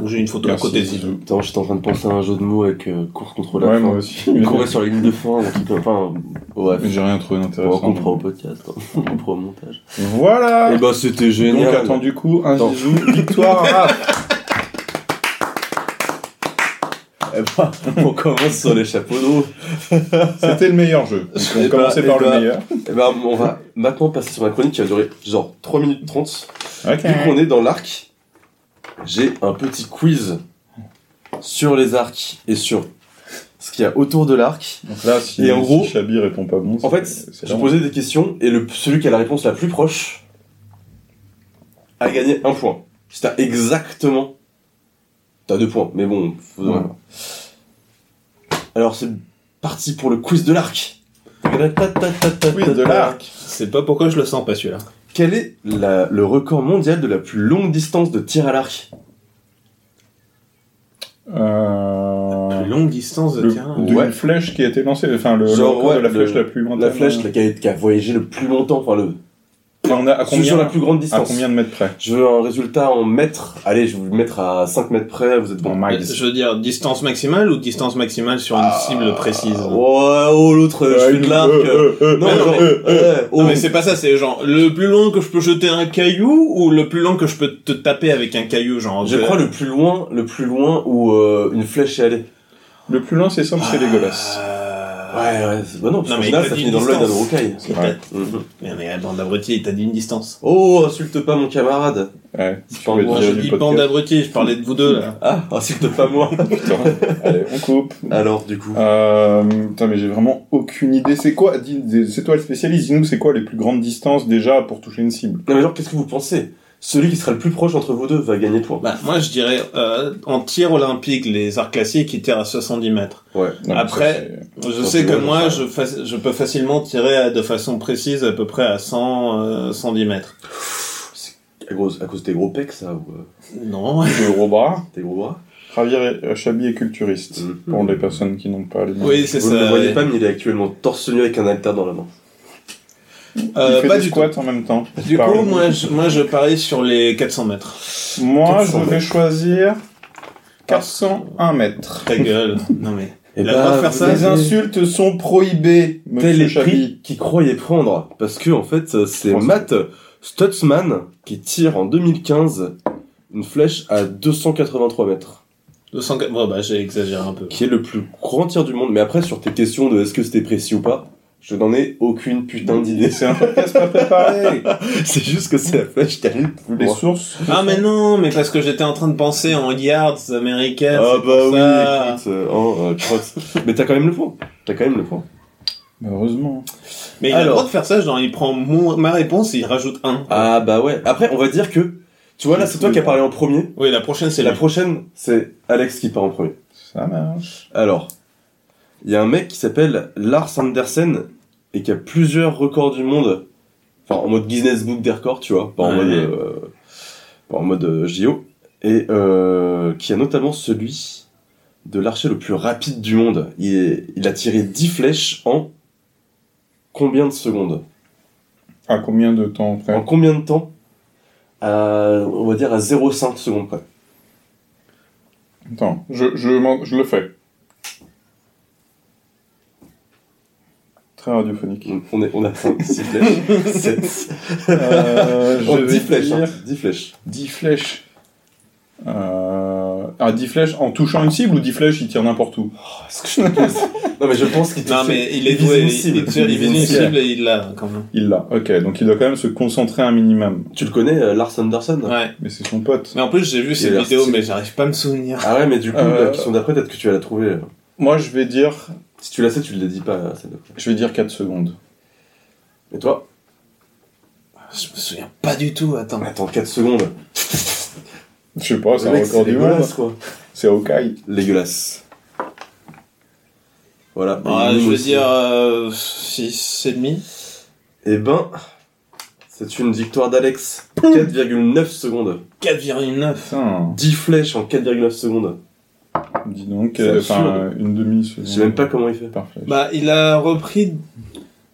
F: J'ai une photo à côté de Zidane.
G: Attends, j'étais en train de penser à un jeu de mots avec euh, court contre la
E: Ouais,
G: fin.
E: moi aussi.
G: Il courait sur la ligne de fin, un truc, enfin, ouais.
E: Mais j'ai rien trouvé d'intéressant.
G: On comprend au podcast, hein. on comprend au montage.
E: Voilà
G: Et bah, c'était génial.
E: Ah. Donc, attends, du coup, un
G: Attends.
E: bisou, victoire Ah, à Raph.
G: Eh bah, on commence sur les chapeaux de roue.
E: C'était le meilleur jeu. Donc,
G: Eh
E: on
G: bah,
E: commençait
G: eh
E: par le
G: bah.
E: meilleur.
G: Eh ben, on va maintenant passer sur ma chronique qui va durer genre 3 minutes 30.
E: Ok.
G: Vu qu'on est dans l'arc, j'ai un petit quiz sur les arcs et sur ce qu'il y a autour de l'arc.
E: Donc là, si,
G: Et en
E: si
G: gros-
E: Chabi répond pas bon,
G: En fait,
E: c'est- c'est
G: je
E: bon.
G: posais des questions et le, celui qui a la réponse la plus proche a gagné un point. Si t'as exactement. T'as deux points, mais bon, faudrait. Alors c'est parti pour le quiz de l'arc.
E: Quiz de l'arc.
F: C'est pas pourquoi je le sens pas celui-là.
G: Quel est la- le record mondial de la plus longue distance de tir à l'arc
E: Euh...
G: Ah.
F: Plus longue distance de
E: le-
F: terrain.
E: d'une
G: Ouais.
E: flèche qui a été lancée, enfin le, le
G: Genre,
E: record de
G: ouais,
E: la flèche
G: le-
E: la plus lointaine.
G: La flèche là, qui, a, qui a voyagé le plus longtemps, enfin le.
E: Et on a à combien
G: sur la plus grande
E: à
G: distance.
E: combien de mètres près
G: Je veux un résultat en mètres. Allez, je vais vous le mettre à 5 mètres près, vous êtes bon.
E: En miles.
F: Je veux dire, distance maximale ou distance maximale sur une cible précise
G: Ah. Ouais, oh l'autre, euh, je fais de l'arc. euh. Non,
F: euh,
G: non, mais,
F: euh,
G: ouais, oh.
F: Non mais c'est pas ça, c'est genre le plus long que je peux jeter un caillou ou le plus long que je peux te taper avec un caillou genre.
G: Je
F: que-
G: crois le plus loin, le plus loin où euh, une flèche est allée.
E: Le plus loin, c'est simple,
F: Ah.
E: c'est dégueulasse.
G: Ouais,
F: Euh,
G: ouais, c'est- bah non, parce
F: Non,
G: qu'au
F: mais
G: final,
F: il
G: ça
F: a dit
G: finit dans le dans
F: distance.
G: le rocaille.
F: C'est
E: vrai.
G: Mhm.
F: Mais on est à bande d'abrutis, t'as dit une distance.
G: Oh, insulte pas mon camarade.
E: Ouais,
G: C'est
E: tu
G: pas
E: vas
G: moi,
E: dire
F: Moi
G: j'ai
F: je
E: du
F: dis
E: podcast. Ah,
F: bande d'abrutis, je parlais de vous deux là.
G: Ah, insulte pas moi.
E: Putain. Allez, on coupe.
G: Alors, du coup.
E: Euh, putain, mais j'ai vraiment aucune idée. C'est quoi dis- dis- C'est toi le spécialiste. Dis-nous, c'est quoi les plus grandes distances déjà pour toucher une cible
G: Non mais genre, qu'est-ce que vous pensez Celui qui sera le plus proche entre vous deux va gagner le point.
F: Bah, moi je dirais euh, en tir olympique, les arcs classiques ils tirent à 70 mètres.
G: Ouais.
E: Non, mais
F: Après-
E: ça, c'est-
G: Ça,
F: Je sais
G: c'est
F: que
G: bon, ça.
F: moi je, fac- je peux facilement tirer à- de façon précise à peu près à 100, euh, 110 mètres.
G: À cause, à cause des gros pecs, ça, ou euh,
F: Non,
E: le gros bras.
G: des gros bras
E: Javier est- euh, Chabi est culturiste.
G: Mhm.
E: Pour les personnes qui n'ont pas les mains.
F: oui c'est
G: Vous ne le
F: ça.
G: voyez
F: ouais.
G: pas, mais il est actuellement torse nu avec un halter dans la main.
E: Il
F: Euh,
E: fait
F: pas
E: des
F: du tout.
E: squats en même temps.
F: Du
E: Par
F: coup,
E: le-
F: moi je, moi, je parie sur les 400 mètres.
E: Moi, je
G: 400
E: vais choisir 401 mètres.
F: Ta gueule. non mais.
G: Et bah,
F: Il a le droit de faire ça,
E: Les insultes sont prohibées,
G: Tel
E: monsieur
G: est le
E: Chabi.
G: prix qu'il croyait prendre. Parce que, en fait, euh, c'est
E: Français.
G: Matt Stutzman qui tire en 2015 une flèche à 283 mètres.
F: 200... Bon, bah, j'ai exagéré un peu.
G: Qui est le plus grand tir du monde. Mais après, sur tes questions de est-ce que c'était précis ou pas, je n'en ai aucune putain d'idée.
E: C'est un podcast pas préparé.
G: c'est juste que c'est la flèche qui allait le plus
E: Les
G: loin.
E: sources.
F: Ah, mais non, mais parce que j'étais en train de penser en yards américaines.
G: Ah
F: c'est
G: bah
F: pour
G: oui,
F: ça.
G: écoute, euh, oh, euh, crotte. mais t'as quand même le point. T'as quand même le point.
E: Heureusement.
F: Mais il a le
G: Alors.
F: droit de faire ça, genre, il prend mon- ma réponse et il rajoute un.
G: Ah bah ouais. Après, on va dire que, tu vois, là, c'est toi qui as parlé en premier.
F: Oui, la prochaine,
G: Et
F: c'est
G: la
F: la
G: prochaine, c'est Alex qui part en premier.
E: Ça marche.
G: Alors, il y a un mec qui s'appelle Lars Andersen et qui a plusieurs records du monde. Enfin, en mode Guinness Book des records, tu vois. Pas en
F: Ouais.
G: mode, euh, pas en mode euh, JO. Et euh, qui a notamment celui de l'archer le plus rapide du monde. Il, est- il a tiré 10 flèches en combien de secondes
E: À combien de temps
G: En
E: après
G: combien de temps à, On va dire à 0,5 secondes près.
E: Attends, je, je, m'en- je le fais. Très radiophonique.
G: On- On, est, on a 6 flèches. 7.
E: Euh, je
F: Oh,
E: vais
G: 10 flèches.
E: dire
G: hein, 10 flèches.
E: 10 flèches. Euh... Ah, 10 flèches en touchant une cible ou 10 flèches, il tire n'importe où
F: Oh,
G: Est-ce que je me pose Non, mais je pense qu'il te
F: Non,
G: fait-
F: mais il est
G: il vise
F: doué.
G: une
F: Il,
G: cible.
F: il tire, il vise une cible et il l'a, quand même.
E: Il l'a. Ok, donc il doit quand même se concentrer un minimum.
G: Tu le connais, euh, Lars Anderson
F: Ouais.
E: Mais c'est son pote.
F: Mais en plus, j'ai vu cette
G: a l'air
F: vidéo,
G: stylé.
F: mais j'arrive pas à me souvenir.
G: Ah ouais, mais du coup,
E: Euh,
G: la question d'après, peut-être que tu vas la trouver.
E: Moi, je vais dire,
G: Si tu la sais, tu ne le dis pas, euh, celle-là.
E: je vais dire 4 secondes.
G: Et toi
F: Je me souviens pas du tout, attends.
G: Attends, 4 secondes.
E: Je sais pas, c'est
G: Le
E: un
G: mec,
E: record du monde.
G: dégueulasse, quoi.
E: C'est Hawkeye.
G: Dégueulasse. Voilà.
F: Ah, je veux dire, euh, 6 et demi.
G: Eh ben, c'est une victoire d'Alex. 4,9 secondes.
F: 4,9.
E: Putain,
G: 10 flèches en 4,9 secondes.
E: dis donc,
G: C'est
E: euh, enfin,
G: absurde.
E: une demi-seconde.
G: Je sais même pas comment il fait.
E: Parfait.
F: Bah, il a Bah, repris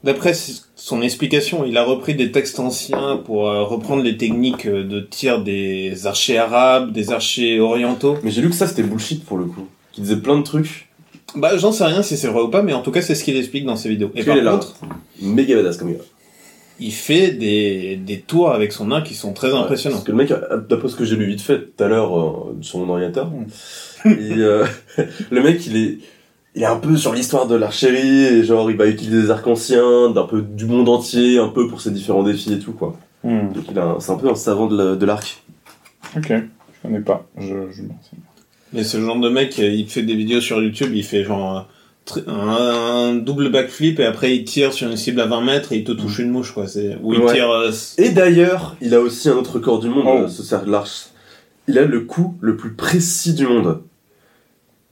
F: D'après s- son explication, il a repris des textes anciens pour euh, reprendre les techniques euh, de tir des archers arabes, des archers orientaux.
G: Mais j'ai lu que ça c'était bullshit pour le coup. Qui disait plein de trucs.
F: Bah, j'en sais rien si c'est vrai ou pas, mais en tout cas, c'est ce qu'il explique dans ses vidéos. Et
G: Parce qu'il est
F: par
G: là.
F: contre,
G: Méga badass comme gars.
F: il fait des, des tours avec son arc qui sont très impressionnants.
G: Parce que le mec, euh, d'après ce que j'ai lu vite fait tout à l'heure euh, sur mon ordinateur, il, euh, le mec il est. Il est un peu sur l'histoire de l'archerie, et genre il va utiliser des arcs anciens, d'un peu du monde entier, un peu pour ses différents défis et tout quoi.
E: Hmm,
G: Donc il a un- c'est un peu un savant de la- de l'arc.
E: Ok, je connais pas. Je, je... m'en sais.
F: Mais ce genre de mec, euh, il fait des vidéos sur YouTube, il fait genre un tr- un, un double backflip et après il tire sur une cible à 20 mètres et
E: Mm.
F: il te touche une mouche, quoi. C'est, ou il
G: Ouais.
F: tire, euh, s-
G: Et d'ailleurs, il a aussi un autre record du monde,
E: Oh.
G: euh, ce cercle large. Il a le coup le plus précis du monde.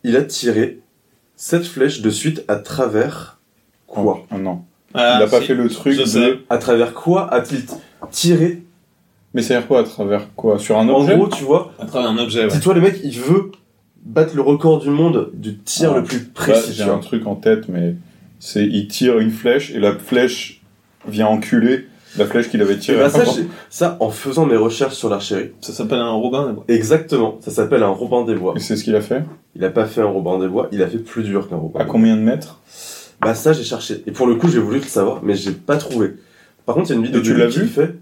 G: Il a tiré sept flèches de suite à travers quoi
E: Ah, non.
F: Ah,
E: il a pas
F: si.
E: fait le truc
F: je
E: de-
F: sais.
G: À travers quoi a-t-il t- tiré
E: Mais c'est-à-dire quoi À travers quoi Sur un
G: En
E: objet Bah,
G: gros, tu vois,
F: à travers un objet, ouais.
G: dis-toi, le mec, il veut battre le record du monde du tir
E: Ah.
G: le plus
E: Bah,
G: précis. tu
E: J'ai un
G: vois.
E: truc en tête, mais c'est il tire une flèche et la flèche vient enculer la flèche qu'il avait
G: Et
E: tirée.
G: bah, ça,
E: avant.
G: j'ai- ça, en faisant mes recherches sur l'archerie.
F: Ça s'appelle un Robin, là-bas.
G: Exactement, ça s'appelle un robin des bois.
E: Et c'est ce qu'il a fait
G: Il a pas fait un robin des bois, il a fait plus dur qu'un robin.
E: À
G: des bois.
E: combien de mètres
G: Bah ça j'ai cherché. Et pour le coup j'ai voulu le savoir, mais j'ai pas trouvé. Par contre il y a une vidéo
E: Et tu
G: de lui
E: l'as
G: qui
E: vu
G: le fait.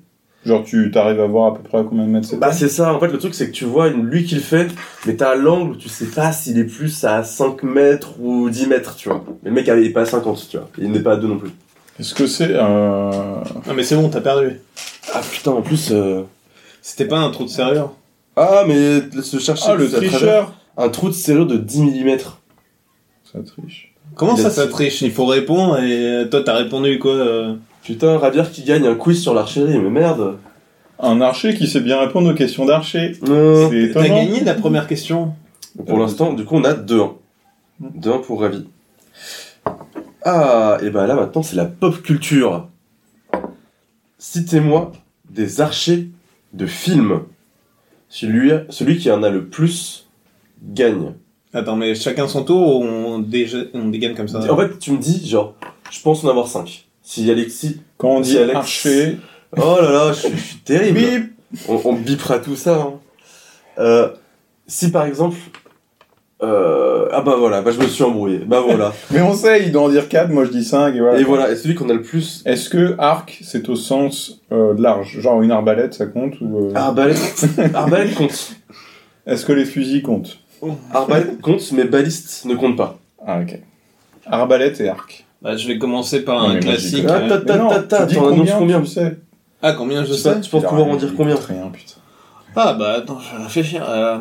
E: Genre tu t'arrives à voir à peu près à combien de mètres c'est
G: Bah c'est ça, en fait le truc c'est que tu vois une, lui qui le fait, mais t'as l'angle, tu sais pas s'il est plus à 5 mètres ou 10 mètres, tu vois. Mais le mec il est pas à 50, tu vois. Il n'est pas à 2 non plus.
E: Est-ce que c'est euh...
F: Non, mais c'est bon, t'as perdu.
G: Ah putain en plus... euh,
F: C'était pas un trou de serrure.
G: Ah mais se chercher
E: ah le
G: c'est à travers
E: tricheur
G: un trou de serrure de 10 mm.
E: Ça triche.
F: Comment
G: Il a
F: ça, ça
G: dit-
F: triche Il faut répondre et euh, toi, t'as répondu quoi euh,
G: Putain, Rabière qui gagne un quiz sur l'archerie, mais merde.
E: Un archer qui sait bien répondre aux questions d'archer.
G: Euh,
E: C'est
F: T'as
E: étonnant.
F: gagné la première question
G: Pour l'instant, du coup, on a 2-1. 2-1 pour Ravi. Ah, et ben là maintenant, c'est la pop culture. Citez-moi des archers de films. Celui, celui qui en a le plus gagne.
F: Attends, mais chacun son tour ou on, dég- on dégaine comme ça
G: En fait, tu me dis, genre, je pense en avoir 5. Si Alexis.
E: Quand on dit
G: C'est Alex.
E: archer,
G: Oh là là, je, suis- je suis terrible. On, on bipera tout ça. hein. Euh, si par exemple. euh, ah bah voilà, bah je me suis embrouillé. Bah voilà.
E: mais on sait, il doit en dire 4, moi je dis 5 et voilà.
G: Et voilà, et celui qu'on a le plus
E: Est-ce que arc c'est au sens euh, large, genre une arbalète ça compte ou euh,
G: Ah. Arbalète. Arbalète compte.
E: est-ce que les fusils comptent
G: Arbalète compte, mais baliste ne compte pas.
E: Ah ok. Arbalète et arc.
F: Bah, Je vais commencer par
E: Non,
F: un
E: mais moi, je
F: classique. euh.
E: déconne.
G: Ah, ta, ta,
E: Mais non,
G: ta, ta,
E: tu dis
G: t'en annonces combien
E: tu sais
F: Ah, combien je
G: Tu,
F: sais
G: sais, tu penses
E: Il a
G: pouvoir en
E: rien,
G: dire
E: il
G: combien
E: compte Rien putain.
F: Ah, bah attends, je vais réfléchir. Euh...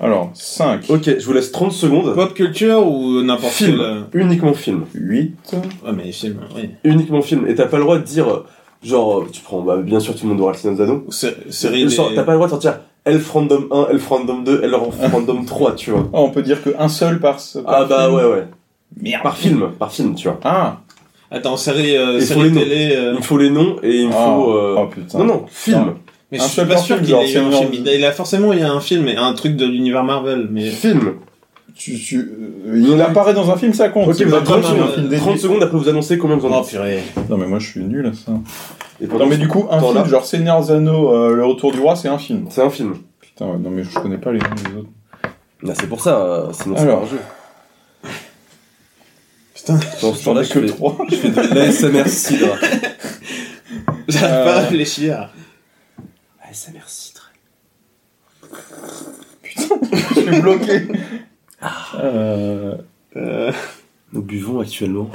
E: Alors 5,
G: Ok, je vous laisse 30 secondes.
F: Pop culture ou n'importe quel.
G: Film.
F: euh,
G: Uniquement film.
E: 8,
F: Ouais, mais les films, oui.
G: Uniquement film. Et t'as pas le droit de dire. euh, Genre, euh, tu prends. Bah, bien sûr, tout le monde aura le Seigneur des Anneaux.
F: Ou sé- Série.
G: Genre,
F: des-
G: T'as pas le droit de sortir Elf Random 1, Elf Random 2, Elf Random 3, tu vois.
E: Ah, on peut dire qu'un seul par ce. par
G: Ah bah
E: film.
G: ouais, ouais.
E: Merde.
G: Par film, par film, tu vois.
E: Ah.
F: Attends, série, euh,
G: Et faut
F: série
G: les noms.
F: télé.
G: Il
F: euh,
G: me faut les noms et il me faut.
E: Oh,
G: euh,
E: oh, putain.
G: Non, non, film.
F: Mais
E: Un
F: je suis
E: seul
F: pas
E: par
F: sûr
E: film,
F: qu'il
E: genre,
F: ait eu
E: c'est
F: un
E: genre-
F: film. Il a, il a forcément eu un film, et un truc de l'univers Marvel, mais.
G: Film.
E: Tu, tu, euh, il apparaît dans un film, ça compte.
G: Ok,
E: C'est
G: vous
E: pas
G: avez
F: d'accord,
G: 30
E: comme un
F: euh,
E: film
G: secondes.
E: dédié.
G: 30 secondes après vous annoncez combien vous en
F: Oh
G: dites.
F: purée.
E: Non mais moi je suis nul à ça.
G: Et pendant
E: Non mais
G: ce
E: du coup un
G: temps-là-
E: film genre Seigneur des Anneaux, euh, Le Retour du Roi, c'est un film.
G: C'est un film.
E: Putain ouais, non mais je connais pas les noms des autres.
G: Là, c'est pour ça, euh, sinon c'est pas
E: Alors.
G: un jeu.
F: Putain,
G: Dans ce
E: J'en
G: temps-là,
E: ai
G: je
E: que
G: fais,
E: 3.
G: je fais de l'ASMR cidre.
F: j'arrive
E: Euh,
F: pas à réfléchir.
G: ASMR cidre.
E: je suis bloqué. Euh,
F: Euh,
G: Nous buvons actuellement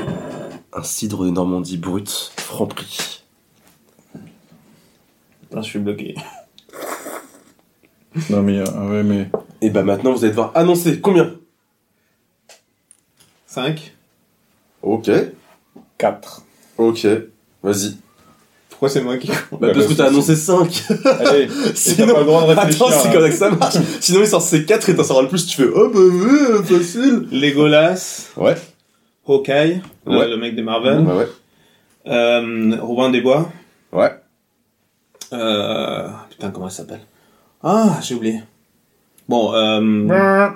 G: un cidre de Normandie brut, franc prix.
F: Putain, je suis bloqué.
E: non mais euh, ouais mais
G: Et bah maintenant, vous allez devoir annoncer combien
F: 5
G: Ok,
E: 4.
G: ok, vas-y.
F: Pourquoi c'est moi qui.
G: Bah, parce que t'as annoncé 5
E: Allez, et t'as
G: Sinon-
E: pas hein. le droit de réfléchir.
G: Attends, c'est
E: là.
G: comme ça que ça marche Sinon, il sort ses 4 et t'en sors le plus, tu fais Oh bah ouais, facile
F: Legolas,
G: Ouais,
F: Hawkeye, le-
G: Ouais.
F: le mec des Marvel,
G: ouais.
F: euh, Robin des Bois.
G: Ouais.
F: Euh, putain, comment elle s'appelle Ah, j'ai oublié. Bon, euh,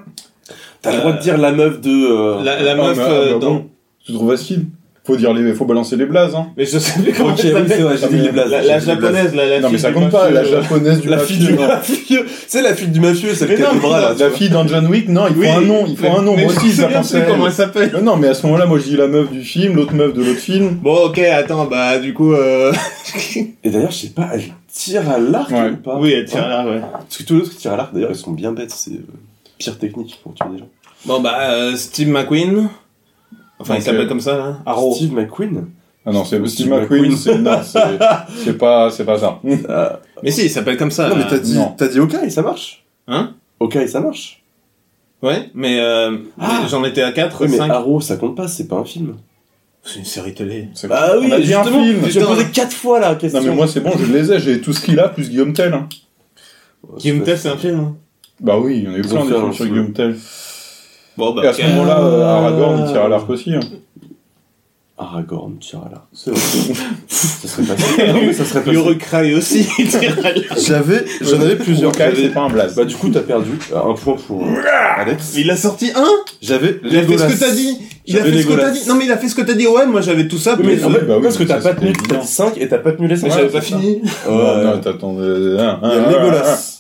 G: T'as le droit de dire la meuf de. euh,
F: la, la
E: Ah,
F: meuf
E: mais- ah,
F: euh,
E: bah
F: dans.
E: bon. Tu trouves facile Faut dire les, faut balancer les blazes, hein.
F: Mais je sais plus comment
G: Ok,
F: elle
G: oui,
F: s'appelle.
G: c'est vrai, j'ai dit les blazes,
F: La,
G: j'ai
F: la
G: dit les
F: japonaise, la, la
E: Non, mais
F: fille
E: ça
F: du
E: compte pas,
F: mafieux,
E: la
F: euh,
E: japonaise du
G: La fille
E: mafieux.
G: du mafieux. C'est la fille du mafieux, c'est
F: Mais
G: le
F: non,
G: cas de bras, là. tu
E: La
G: vois.
E: fille dans John Wick, non, il faut
F: Oui,
E: un nom, il faut
F: mais-
E: un nom.
F: mais
E: Moi
F: je
E: aussi,
F: sais
E: ça
F: bien
E: pensait.
F: plus comment elle s'appelle.
E: Euh, Non, Non, mais à ce moment-là, moi, je dis la meuf du film, l'autre meuf de l'autre film.
F: Bon, ok, attends, bah du coup. Euh...
G: Et d'ailleurs, je sais pas, elle tire à l'arc
E: Ouais.
G: ou pas
F: oui, elle tient là, ouais.
G: Parce que tous les autres qui tirent à l'arc, d'ailleurs, ils sont bien bêtes. C'est euh, pire technique pour tuer des gens.
F: Bon, bah, euh, Steve McQueen. Enfin, il
E: Ok.
F: s'appelle comme ça, là. Ah, Arrow.
G: Steve McQueen
E: Ah non, c'est
G: Steve
E: Steve McQueen,
G: McQueen.
E: c'est, non, c'est, c'est pas, c'est pas ça.
F: Mais si, il s'appelle comme ça.
G: Non, mais
F: là.
G: t'as dit,
E: Ah, euh, non.
G: t'as dit ok, ça marche.
F: Hein
G: Ok, ça marche.
F: Ouais, mais euh,
G: Ah
F: j'en étais à 4,
G: Oui, mais ah.
F: 5.
G: Arrow, ça compte pas, c'est pas un film.
F: C'est une série télé.
E: C'est-
G: Bah oui,
E: On a dit un
G: justement,
E: film.
G: j'ai
F: Putain.
G: posé 4 fois la question.
E: Non, mais moi, c'est bon, je les ai, j'ai tout ce qu'il a, plus Guillaume Tell. hein.
G: Oh,
F: Guillaume
G: c'est
F: Tell, c'est un film. hein.
E: Bah oui, il y en a eu
G: Ils
E: plein
G: ont
E: des
G: fait
E: films
G: un
E: sur
G: film.
E: Guillaume Tell.
F: Bon, bah,
E: Et à ce
F: ok.
E: moment-là,
G: Ah.
E: euh, Aragorn, il tire à l'arc aussi. hein.
G: Aragorn, tu iras là. C'est vrai. ça serait pas Non, mais ça serait
F: Le
G: pas
F: recraille aussi. il tire à l'arc.
G: J'avais, j'en avais plusieurs.
E: Guillaume Tell,
G: J'avais-
E: c'est pas un blaze.
G: Bah, du coup, t'as perdu. Un point pour euh, Alex.
F: Ah, il a sorti un
G: J'avais.
F: Il a fait ce
G: Legolas.
F: que t'as dit Il a
G: J'avais
F: fait ce que t'as
G: Legolas.
F: dit Non, mais il a fait ce que t'as dit, ouais, moi j'avais tout ça,
G: Oui,
F: mais.
G: mais en fait,
E: bah oui,
G: parce que
E: mais
G: t'as
E: ça,
G: pas tenu,
E: c'était
G: t'as
E: évident.
G: dit 5 et t'as pas tenu les 5.
F: Mais j'avais pas fini.
E: Non, non, t'attends. euh, un,
G: Il y
E: un,
G: a
E: un,
G: Legolas,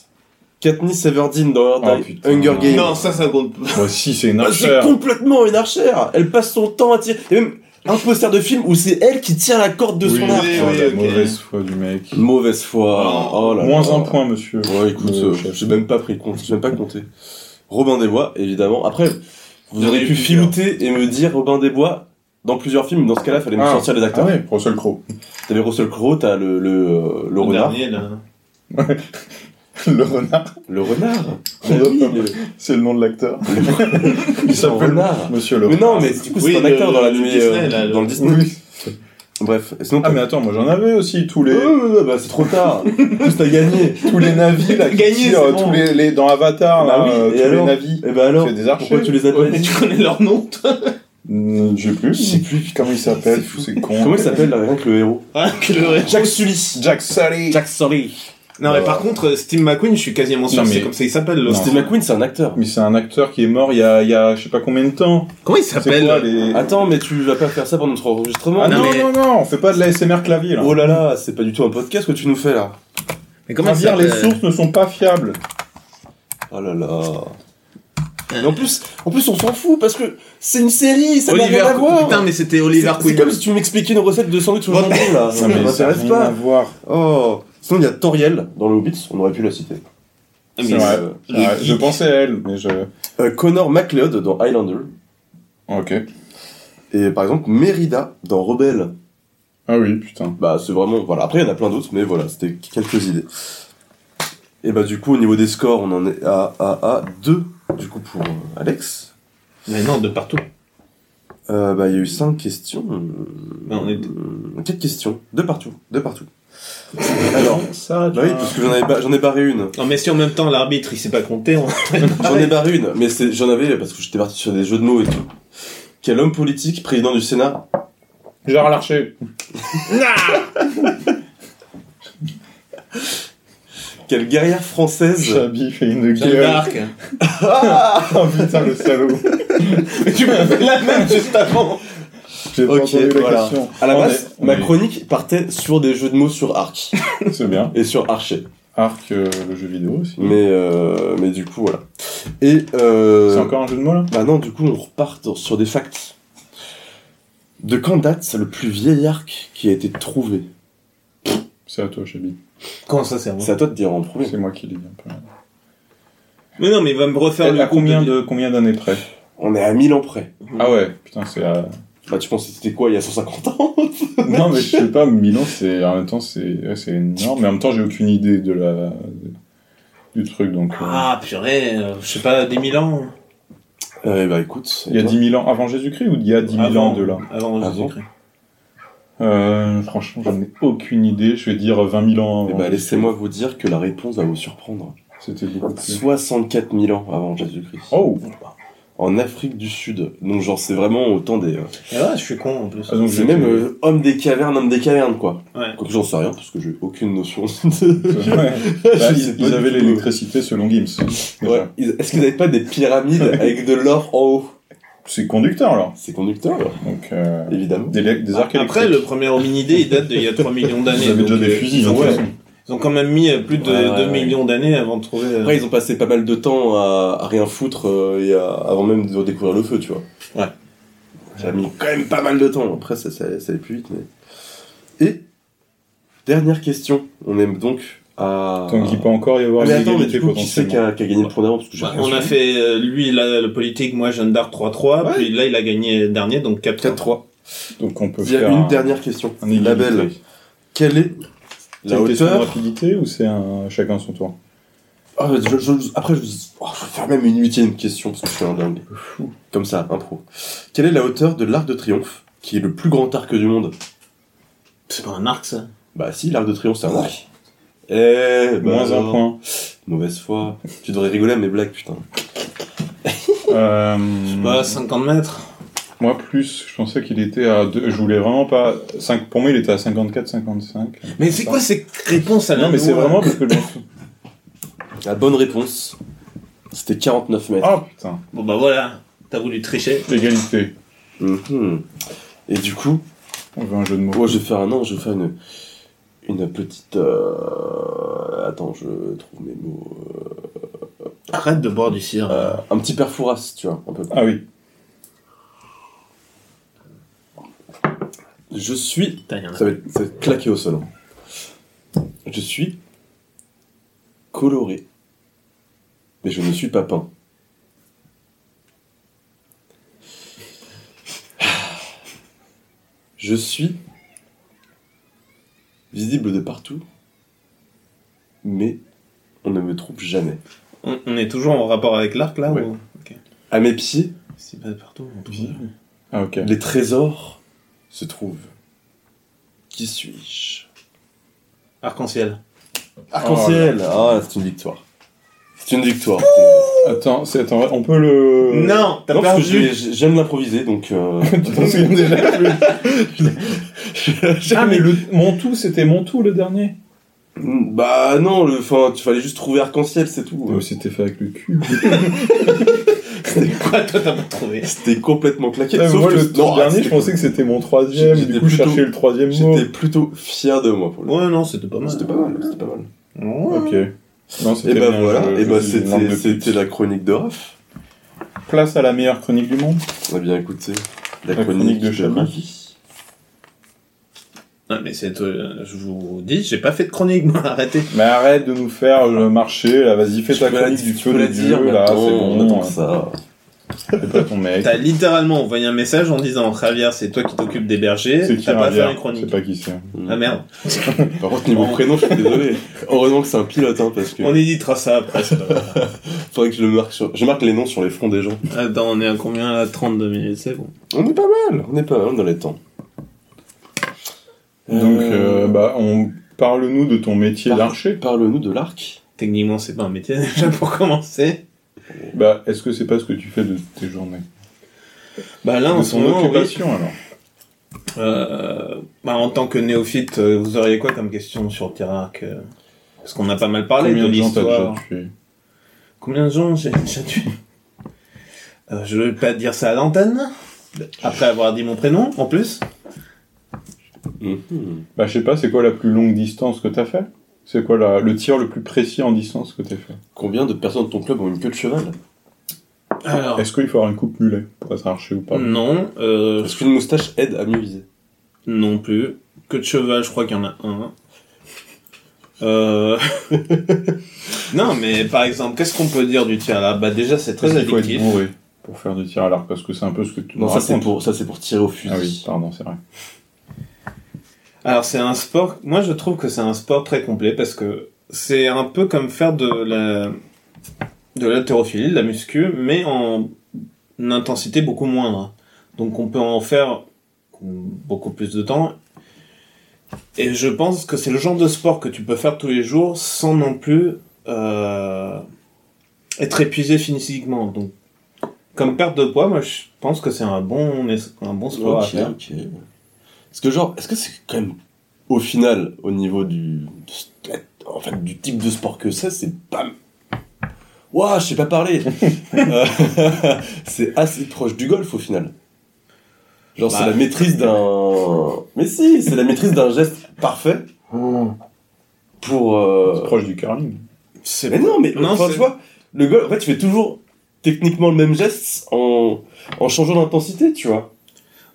G: Katniss Everdeen dans
E: Ah,
G: Her Die-
E: putain.
G: Hunger Games.
F: Non, ça, ça compte pas.
E: un. Moi aussi, hein. Bah, c'est une
G: Ah, C'est
E: archère.
G: complètement une archère. Elle passe son temps à tirer. Il y a même un poster de film où c'est elle qui tient la corde de
E: Oui,
G: son
E: oui,
G: arc.
E: oui,
F: oui,
E: la
F: ok.
E: mauvaise foi du mec.
G: Mauvaise foi.
F: Oh,
G: Oh là là.
E: Moins un point, monsieur.
G: Ouais, écoute,
E: Euh,
G: euh,
E: chef.
G: j'ai même pas pris compte. J'ai même pas compté. Robin des Bois, évidemment. Après, vous
F: J'en ai
G: auriez
F: eu
G: pu
F: plusieurs.
G: filouter et me dire Robin des Bois dans plusieurs films. Dans ce cas-là, fallait me
E: Ah.
G: sortir les
E: Ah
G: acteurs.
E: ouais, Russell Crowe.
G: T'avais Russell Crowe, t'as le, le, euh, le renard.
F: dernier, là.
E: Le renard,
G: Le renard.
E: On
G: Mais
E: doit
G: oui,
E: pas-
G: le-
E: c'est le nom de l'acteur.
G: le
E: Il s'appelle
G: renard.
E: Monsieur le
G: Mais non,
E: renard.
G: mais du coup,
F: Oui,
G: c'est un
F: le-
G: acteur dans la
F: le
G: nuit,
F: Disney,
G: euh,
F: là, le-
G: dans le Disney.
E: Oui.
G: Bref, et sinon,
E: Ah,
G: t'as-
E: mais attends, moi j'en avais aussi tous les.
G: Euh, bah, c'est trop tard. En Plus t'as gagné.
E: Tous les navis là, qui
F: Gagné,
E: tirent,
F: c'est bon.
E: euh, tous les, les- dans Avatar là,
G: Bah oui,
E: euh,
G: et
E: tous
G: alors
E: les navis.
G: Et bah alors,
E: C'est des archers.
G: pourquoi tu les appelles
F: Mais tu connais leur nom, toi
E: Hmm, Je sais plus. Je sais plus comment il s'appelle, tous ces cons.
G: Comment il s'appelle là, rien que le héros
F: Hein, que le-
G: Jack Sully.
E: Jack Sully.
G: Jack Sully.
F: Non,
E: Bah,
F: mais par contre, Steve McQueen, je suis quasiment sûr
E: Non,
F: que
E: mais-
F: c'est comme ça il s'appelle. le-
E: Non.
G: Steve McQueen, c'est un acteur.
E: Mais c'est un acteur qui est mort il y a, il y a je sais pas combien de temps.
F: Comment il
E: C'est
F: s'appelle
E: quoi les.
G: Attends, mais tu vas pas faire ça pendant notre enregistrement
E: Ah
F: non,
E: non,
F: mais-
E: non, non, on fait pas de l'ASMR clavier là.
G: Oh là là, c'est pas du tout un podcast que tu nous fais là.
F: Mais
E: Comment
F: il
E: dire, les
F: s'appelle
E: sources ne sont pas fiables.
G: Oh là là. Mais en plus, en plus, on s'en fout parce que c'est une série, ça n'a
F: Oliver
G: rien à
F: Qu-
G: voir.
F: Putain, mais c'était
G: C'est-
F: Oliver
G: c'est
F: Queen.
G: comme si tu m'expliquais une recette de sandwich au jambon là. Ah, Ça
E: mais
G: m'intéresse
E: rien à
G: pas.
E: voir.
G: Oh. Sinon, il y a Toriel dans le Hobbit, on aurait pu la citer.
F: Ah,
E: C'est
F: mais-
E: vrai.
G: euh,
E: C'est vrai, Je pensais à elle, mais je. Ah,
G: Euh, Connor MacLeod dans Highlander.
E: Ok.
G: Et par exemple, Merida dans Rebelle.
E: Ah oui, putain.
G: Bah, c'est vraiment. Voilà, après, il y en a plein d'autres, mais voilà, c'était quelques idées. Et bah, du coup, au niveau des scores, on en est à, à, à 2, du coup, pour euh, Alex.
F: Mais non, de partout.
G: Euh, bah, il y a eu 5 questions.
F: on est-
G: 4 questions. De partout. De partout. Alors.
E: Ça,
G: Bah oui, parce que j'en avais ba- j'en ai barré une.
F: Non, mais si en même temps l'arbitre il sait pas compter, hein. on...
G: J'en ai barré une, mais c'est- j'en avais parce que j'étais parti sur des jeux de mots et tout. Quel homme politique, président du Sénat
E: Gérard Larcher.
G: Quelle guerrière française
E: Chabi fait une
F: Jeanne
E: gueule.
F: d'Arc.
E: Oh putain, le salaud.
F: Mais tu m'as fait la même juste avant.
E: J'ai pas
G: Ok,
E: entendu la
G: voilà.
E: question.
G: À la
E: On
G: base,
E: est- on
G: ma
E: est-
G: chronique partait sur des jeux de mots sur arc
E: C'est bien.
G: et sur archer.
E: Arc, euh, le jeu vidéo aussi.
G: Mais, euh, mais du coup, voilà. Et. Euh,
E: C'est encore un jeu de mots là
G: Bah non, du coup, on repart dans- sur des facts. De quand date le plus vieil arc qui a été trouvé
E: C'est à toi, Chabi.
F: Comment ça c'est à moi
G: C'est à toi de dire en premier.
E: C'est moi qui l'ai dit un peu.
F: Mais non, mais il va me refaire
E: Elle
F: le
E: a
F: Ah, coup
E: combien de combien d'années près
G: On est à 1000 ans près.
E: Ah ouais, putain, c'est à...
G: Bah, tu penses que c'était quoi il y a 150 ans
E: Non, mais je sais pas, Milan, c'est... En même temps, c'est ouais, c'est énorme. Mais en même temps, j'ai aucune idée de la... du truc, donc... euh,
F: Ah purée, euh, je sais pas, des mille ans.
G: Euh, Bah écoute.
E: Il y a
G: et toi
E: 10 000 ans avant Jésus-Christ ou il y a 10 000 ans de là Ah
F: Avant
G: Avant.
F: Jésus-Christ.
E: euh, Franchement, j'en ai aucune idée. Je vais dire 20 000 ans
G: Eh
E: avant.
G: bah, laissez-moi vous dire que la réponse va vous surprendre.
E: C'était beaucoup plus...
G: 64 000 ans avant Jésus-Christ.
E: Oh
G: En Afrique du Sud. Donc, genre, c'est vraiment au temps des. euh,
F: Et ouais, je suis con en plus.
E: Ah, donc
G: C'est
E: j'étais-
G: même euh, homme des cavernes, homme des cavernes, quoi.
F: Ouais.
G: Quoique j'en sais rien, parce que j'ai aucune notion de...
E: Ouais.
G: Je
E: Bah,
G: sais
E: ils,
G: pas
E: ils
G: du
E: avaient
G: tout.
E: l'électricité selon Gims. déjà.
G: Ouais. Ils- Est-ce qu'ils n'avaient pas des pyramides avec de l'or en haut
E: C'est conducteur alors.
G: C'est conducteur, alors,
E: Donc, euh,
G: évidemment.
E: des, des arcs
F: Après, le
E: électriques.
F: premier hominidé, il date d'il y a 3 millions d'années.
E: Ils avaient déjà
F: donc,
E: des
F: euh,
E: fusils,
F: ils
E: hein,
F: ont-
E: de toute
F: ouais.
E: façon.
F: Ils ont quand même mis euh, plus de
G: Ouais,
F: 2
G: ouais,
F: millions d'années avant de trouver. euh,
G: Après, ils ont passé pas mal de temps à, à rien foutre euh, et à- avant même de découvrir le feu, tu vois.
F: Ouais.
G: Ça a mis quand même pas mal de temps. Après, ça, ça, ça allait plus vite. Mais... Et, dernière question. On aime donc à. Ah,
E: Donc il peut encore y avoir
G: mais
E: des
G: attends, mais
E: égalités
G: du coup, qui c'est qui
E: potentiellement.
G: a, qui a gagné le point d'avant Parce que j'ai
F: bah,
G: rien
F: on a
G: suivi.
F: fait euh, lui la, le politique, moi Jeanne d'Arc 3-3, puis là il a gagné dernier donc 4-3.
G: 4-3.
E: Donc on peut
G: Il y
E: faire
G: a une
E: un-
G: dernière question.
E: un égalité.
G: Label. Quelle est
E: C'est
G: la
E: une question de
G: hauteur
E: rapidité ou c'est un... chacun son tour
G: Ah, je- je- après, je, oh, je vais faire même une huitième question parce que je suis un dingue. Comme ça, impro. Quelle est la hauteur de l'Arc de Triomphe, qui est le plus grand arc du monde
F: C'est pas un arc ça.
G: Bah si, l'Arc de Triomphe, c'est un arc. Eh, bah,
E: Moins un
G: alors,
E: point.
G: Mauvaise foi. Tu devrais rigoler à mes blagues, putain.
E: Euh,
G: Mm.
F: Bah 50 mètres.
E: Moi plus, je pensais qu'il était à deux... Je voulais vraiment pas... Cinq... Pour moi il était à 54, 55.
F: Mais c'est quoi ces réponses
G: Ah,
F: à euh la
E: Non mais c'est
F: noix
E: vraiment parce que... le-
G: La bonne réponse, c'était 49 mètres.
E: Ah putain,
F: Bon bah voilà, t'as voulu tricher.
E: l'égalité.
G: Mhm. Et du coup,
E: On veut un jeu de mots.
G: moi je vais faire un an, je vais faire une, une petite... euh, Attends, je trouve mes mots...
F: Arrête de boire du cire.
G: euh, Un petit perfouras, tu vois, un peu.
E: Ah oui,
G: Je suis
F: Putain, y en a.
G: Ça va, être, ça va être claqué au sol. hein. Je suis coloré. Mais je ne suis pas peint. Je suis visible de partout. Mais on ne me trouve jamais.
F: On, on est toujours en rapport avec l'arc là
G: Ouais.
F: ou
G: À mes pieds,
F: C'est pas partout. on trouve.
E: ah ok.
G: les trésors se trouvent. Qui suis-je
F: Arc-en-ciel.
E: Oh
G: Arc-en-ciel Ah, c'est une victoire. C'est une victoire.
E: Attends, c'est... Attends, on peut le...
F: Euh, Non, t'as
G: Non, parce que
F: perdu.
G: j'ai- j'aime l'improviser, donc... euh,
E: Putain, c'est déjà plus. Ah mais le... mon tout, c'était mon tout le dernier.
G: bah non, le, enfin, tu fallait juste trouver arc-en-ciel, c'est tout.
E: Toi aussi t'es fait avec le cul.
F: C'était quoi Toi t'as pas trouvé.
G: C'était complètement claqué.
E: Ah, mais
G: sauf
E: moi,
G: que-
E: le
G: non,
E: tout dernier,
G: c'était-
E: je pensais que c'était mon troisième,
G: J'étais
E: du coup, je
G: plutôt-
E: cherchais le troisième mot.
G: J'étais plutôt fier de moi, pour le
F: Ouais non, c'était pas mal.
G: C'était pas mal, c'était pas mal.
F: Ouais.
E: Ok. Non, c'était
G: Et bah
E: bien,
G: voilà,
E: je-
G: et
E: je
G: bah
E: suis une lampe
G: c'était
E: de
G: c'était
E: pute.
G: la chronique de Raph.
E: Place à la meilleure chronique du monde.
G: Eh bien écoutez, la,
E: La chronique
G: chronique,
E: de
G: de
E: Chablis.
G: ma vie.
F: Non mais c'est, euh, je vous dis, j'ai pas fait de chronique, moi, arrêtez.
E: Mais arrête de nous faire euh, marcher, là, vas-y, fais
G: Tu
E: ta
G: peux la-
E: chronique du
G: tu
E: feu
G: peux
E: de
G: la dire,
E: Dieu,
G: mais
E: là, c'est
G: attends, on
E: bon,
G: attend
E: hein,
G: ça.
E: c'est pas ton mec.
F: T'as littéralement envoyé un message en disant Javier, c'est toi qui t'occupes des bergers,
E: C'est qui
F: t'as pas fait une
E: Ravière C'est
F: chronique.
E: pas qui c'est.
F: Ah merde.
G: Par contre, niveau prénom, je suis désolé. Heureusement que c'est un pilote, hein, parce que
F: On éditera ça après. c'est pas grave.
G: faudrait que je le marque sur... Je marque les noms sur les fronts des gens.
F: Attends, on est à combien à 32 minutes, c'est bon.
G: On est pas mal, on est pas mal dans les temps.
E: Donc, euh, bah, on... parle-nous de ton métier
G: par-
E: d'archer.
G: bah, Parle-nous de l'arc.
F: Techniquement, c'est pas un métier déjà pour commencer.
E: Bah, est-ce que c'est pas ce que tu fais de tes journées
F: Bah là, en
E: De
F: ce
E: ton
F: moment, oui.
E: occupation, alors.
F: Euh, bah, en tant que néophyte, euh, vous auriez quoi comme question sur le terrain que... Parce qu'on a pas mal parlé
E: Combien
F: de
E: de gens t'as déjà
F: l'histoire.
E: tué
F: Combien de gens j'ai déjà tué Euh, Je vais pas dire ça à l'antenne. Après avoir dit mon prénom, en plus.
G: Mhm.
E: Bah, je sais pas, c'est quoi la plus longue distance que t'as fait C'est quoi la... le tir le plus précis en distance que t'as fait
G: Combien de personnes de ton club ont une queue de cheval
F: Alors,
E: Est-ce qu'il faut avoir une coupe mulet pour être archer ou pas
F: non, euh,
G: Parce qu'une moustache aide à mieux viser.
F: non plus. Que de cheval, je crois qu'il y en a un. Euh... non, mais par exemple, qu'est-ce qu'on peut dire du tir là Bah déjà, c'est très
E: Est-ce qu'il faut être
F: addictif.
E: bourré pour faire du tir à l'arc Parce que c'est un peu ce que tu
G: Non,
E: nous
G: ça c'est
E: racontes.
G: pour, ça, c'est pour tirer au fusil.
E: Ah oui, pardon, c'est vrai.
F: Alors c'est un sport, moi je trouve que c'est un sport très complet parce que c'est un peu comme faire de la de l'haltérophilie, de la muscu, mais en une intensité beaucoup moindre. Donc on peut en faire beaucoup plus de temps. Et je pense que c'est le genre de sport que tu peux faire tous les jours sans non plus euh, être épuisé physiquement. Donc comme perte de poids, moi je pense que c'est un bon es- un bon sport à
G: Ok,
F: faire.
G: ok. Parce que genre, est-ce que c'est quand même, au final, au niveau du, de- en fait, du type de sport que c'est, c'est pas, Ouah, je sais pas parler. Euh, c'est assez proche du golf au final. Genre, c'est
F: Bah.
G: la maîtrise d'un. Mais si, c'est la maîtrise d'un geste parfait pour. euh,
E: C'est proche du curling.
F: C'est
G: Mais non, mais
F: Non,
G: enfin,
F: c'est-
G: tu vois, le golf, en fait, tu fais toujours techniquement le même geste en, en changeant d'intensité, tu vois.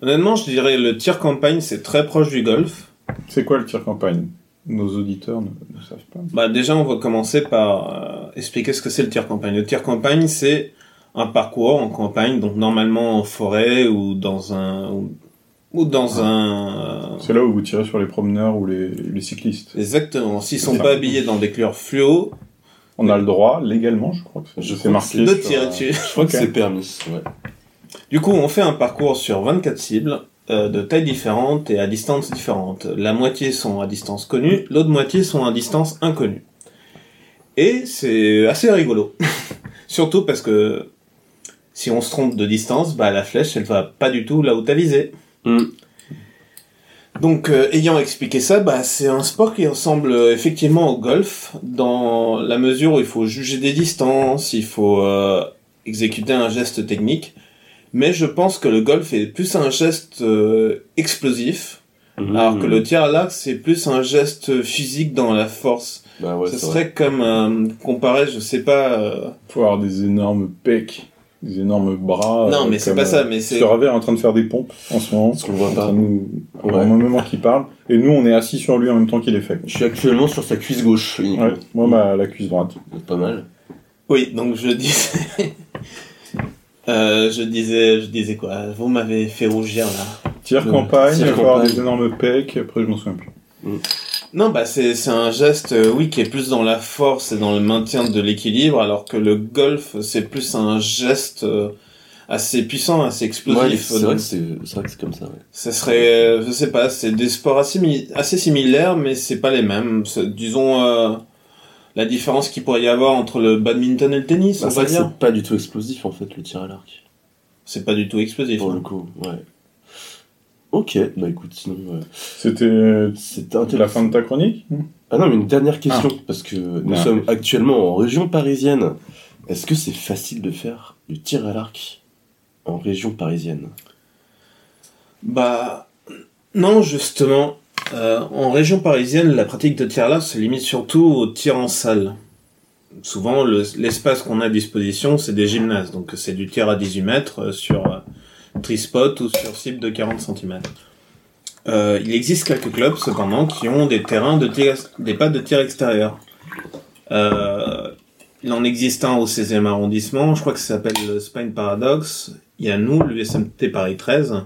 F: Honnêtement, je dirais le tir campagne, c'est très proche du golf.
E: C'est quoi le tir campagne Nos auditeurs ne, ne savent pas.
F: Bah déjà, on va commencer par euh, expliquer ce que c'est le tir campagne. Le tir campagne, c'est un parcours en campagne, donc normalement en forêt ou dans un ou, ou
E: Ah.
F: dans un euh,
E: C'est là où vous tirez sur les promeneurs ou les, les cyclistes.
F: exactement. S'ils sont
E: C'est ça.
F: pas habillés dans des couleurs fluo,
E: On a le droit, légalement, je crois que c'est-
G: Je
E: c'est
G: crois que
E: marqué.
F: de
E: sur-
F: tirer dessus.
G: Je crois que
E: Ok.
G: c'est permis, ouais.
F: Du coup, on fait un parcours sur 24 cibles euh, de tailles différentes et à distances différentes. La moitié sont à distance connue, l'autre moitié sont à distance inconnue. Et c'est assez rigolo. Surtout parce que si on se trompe de distance, bah la flèche elle va pas du tout là où t'as visé.
G: Mm.
F: Donc euh, ayant expliqué ça, bah c'est un sport qui ressemble euh, effectivement au golf dans la mesure où il faut juger des distances, il faut euh, exécuter un geste technique. Mais je pense que le golf est plus un geste euh, explosif,
E: Mmh.
G: Mm-hmm.
F: alors que le tir à l'arc c'est plus un geste physique dans la force.
G: Bah ouais,
F: Ce
G: c'est
F: serait comme euh, comparer, je sais pas. euh,
E: faut avoir des énormes pecs, des énormes
G: Ah,
E: bras.
F: Non, mais c'est
E: comme,
F: pas ça,
E: euh,
F: mais c'est-
E: Sir Raver est en train de faire des pompes en ce moment.
G: Parce qu'on le voit
E: en
G: pas.
E: train de nous-
G: Ouais.
E: Au moment qu'il parle. Et nous, on est assis sur lui en même temps qu'il est fait.
G: Je suis actuellement sur sa cuisse gauche. uniquement.
E: Ouais, moi, ma, la cuisse droite.
G: Pas mal.
F: Oui, donc je disais. Euh, je disais, je disais quoi Vous m'avez fait rougir là.
E: Tire
G: Ouais.
E: campagne,
G: Tire
E: il faut avoir
G: campagne.
E: des énormes pecs, après, je m'en souviens plus.
F: Non, bah c'est c'est un geste, euh, oui, qui est plus dans la force et dans le maintien de l'équilibre, alors que le golf c'est plus un geste euh, assez puissant, assez
G: Ouais,
F: explosif.
G: c'est vrai que c'est c'est vrai que c'est comme ça. ouais.
F: Ce serait, euh, je sais pas, c'est des sports assez, mi- assez similaires, mais c'est pas les mêmes. C'est- Disons euh, la différence qu'il pourrait y avoir entre le badminton et le tennis,
G: Bah,
F: on
G: c'est vrai
F: va
G: que
F: dire.
G: c'est pas du tout explosif en fait le tir à l'arc.
F: C'est pas du tout explosif. hein.
G: Pour le coup, ouais. Ok, bah écoute, sinon euh,
E: C'était
G: c'est
E: la
G: intéressant.
E: fin de ta chronique
G: Ah non, mais une dernière question, parce que nous
E: Ah.
G: sommes actuellement en région parisienne. Est-ce que c'est facile de faire du tir à l'arc en région parisienne
F: Bah non, justement, euh, en région parisienne, la pratique de tir à l'arc se limite surtout au tir en salle. Souvent, le- l'espace qu'on a à disposition, c'est des gymnases, donc c'est du tir à 18 mètres euh, sur euh, trispot ou sur cible de 40 cm. Euh, il existe quelques clubs cependant qui ont des terrains de tir, des pas de tir extérieur. Euh, il en existe un au 16e arrondissement, je crois que ça s'appelle le Spine Paradox. Il y a nous, l'USMT Paris 13,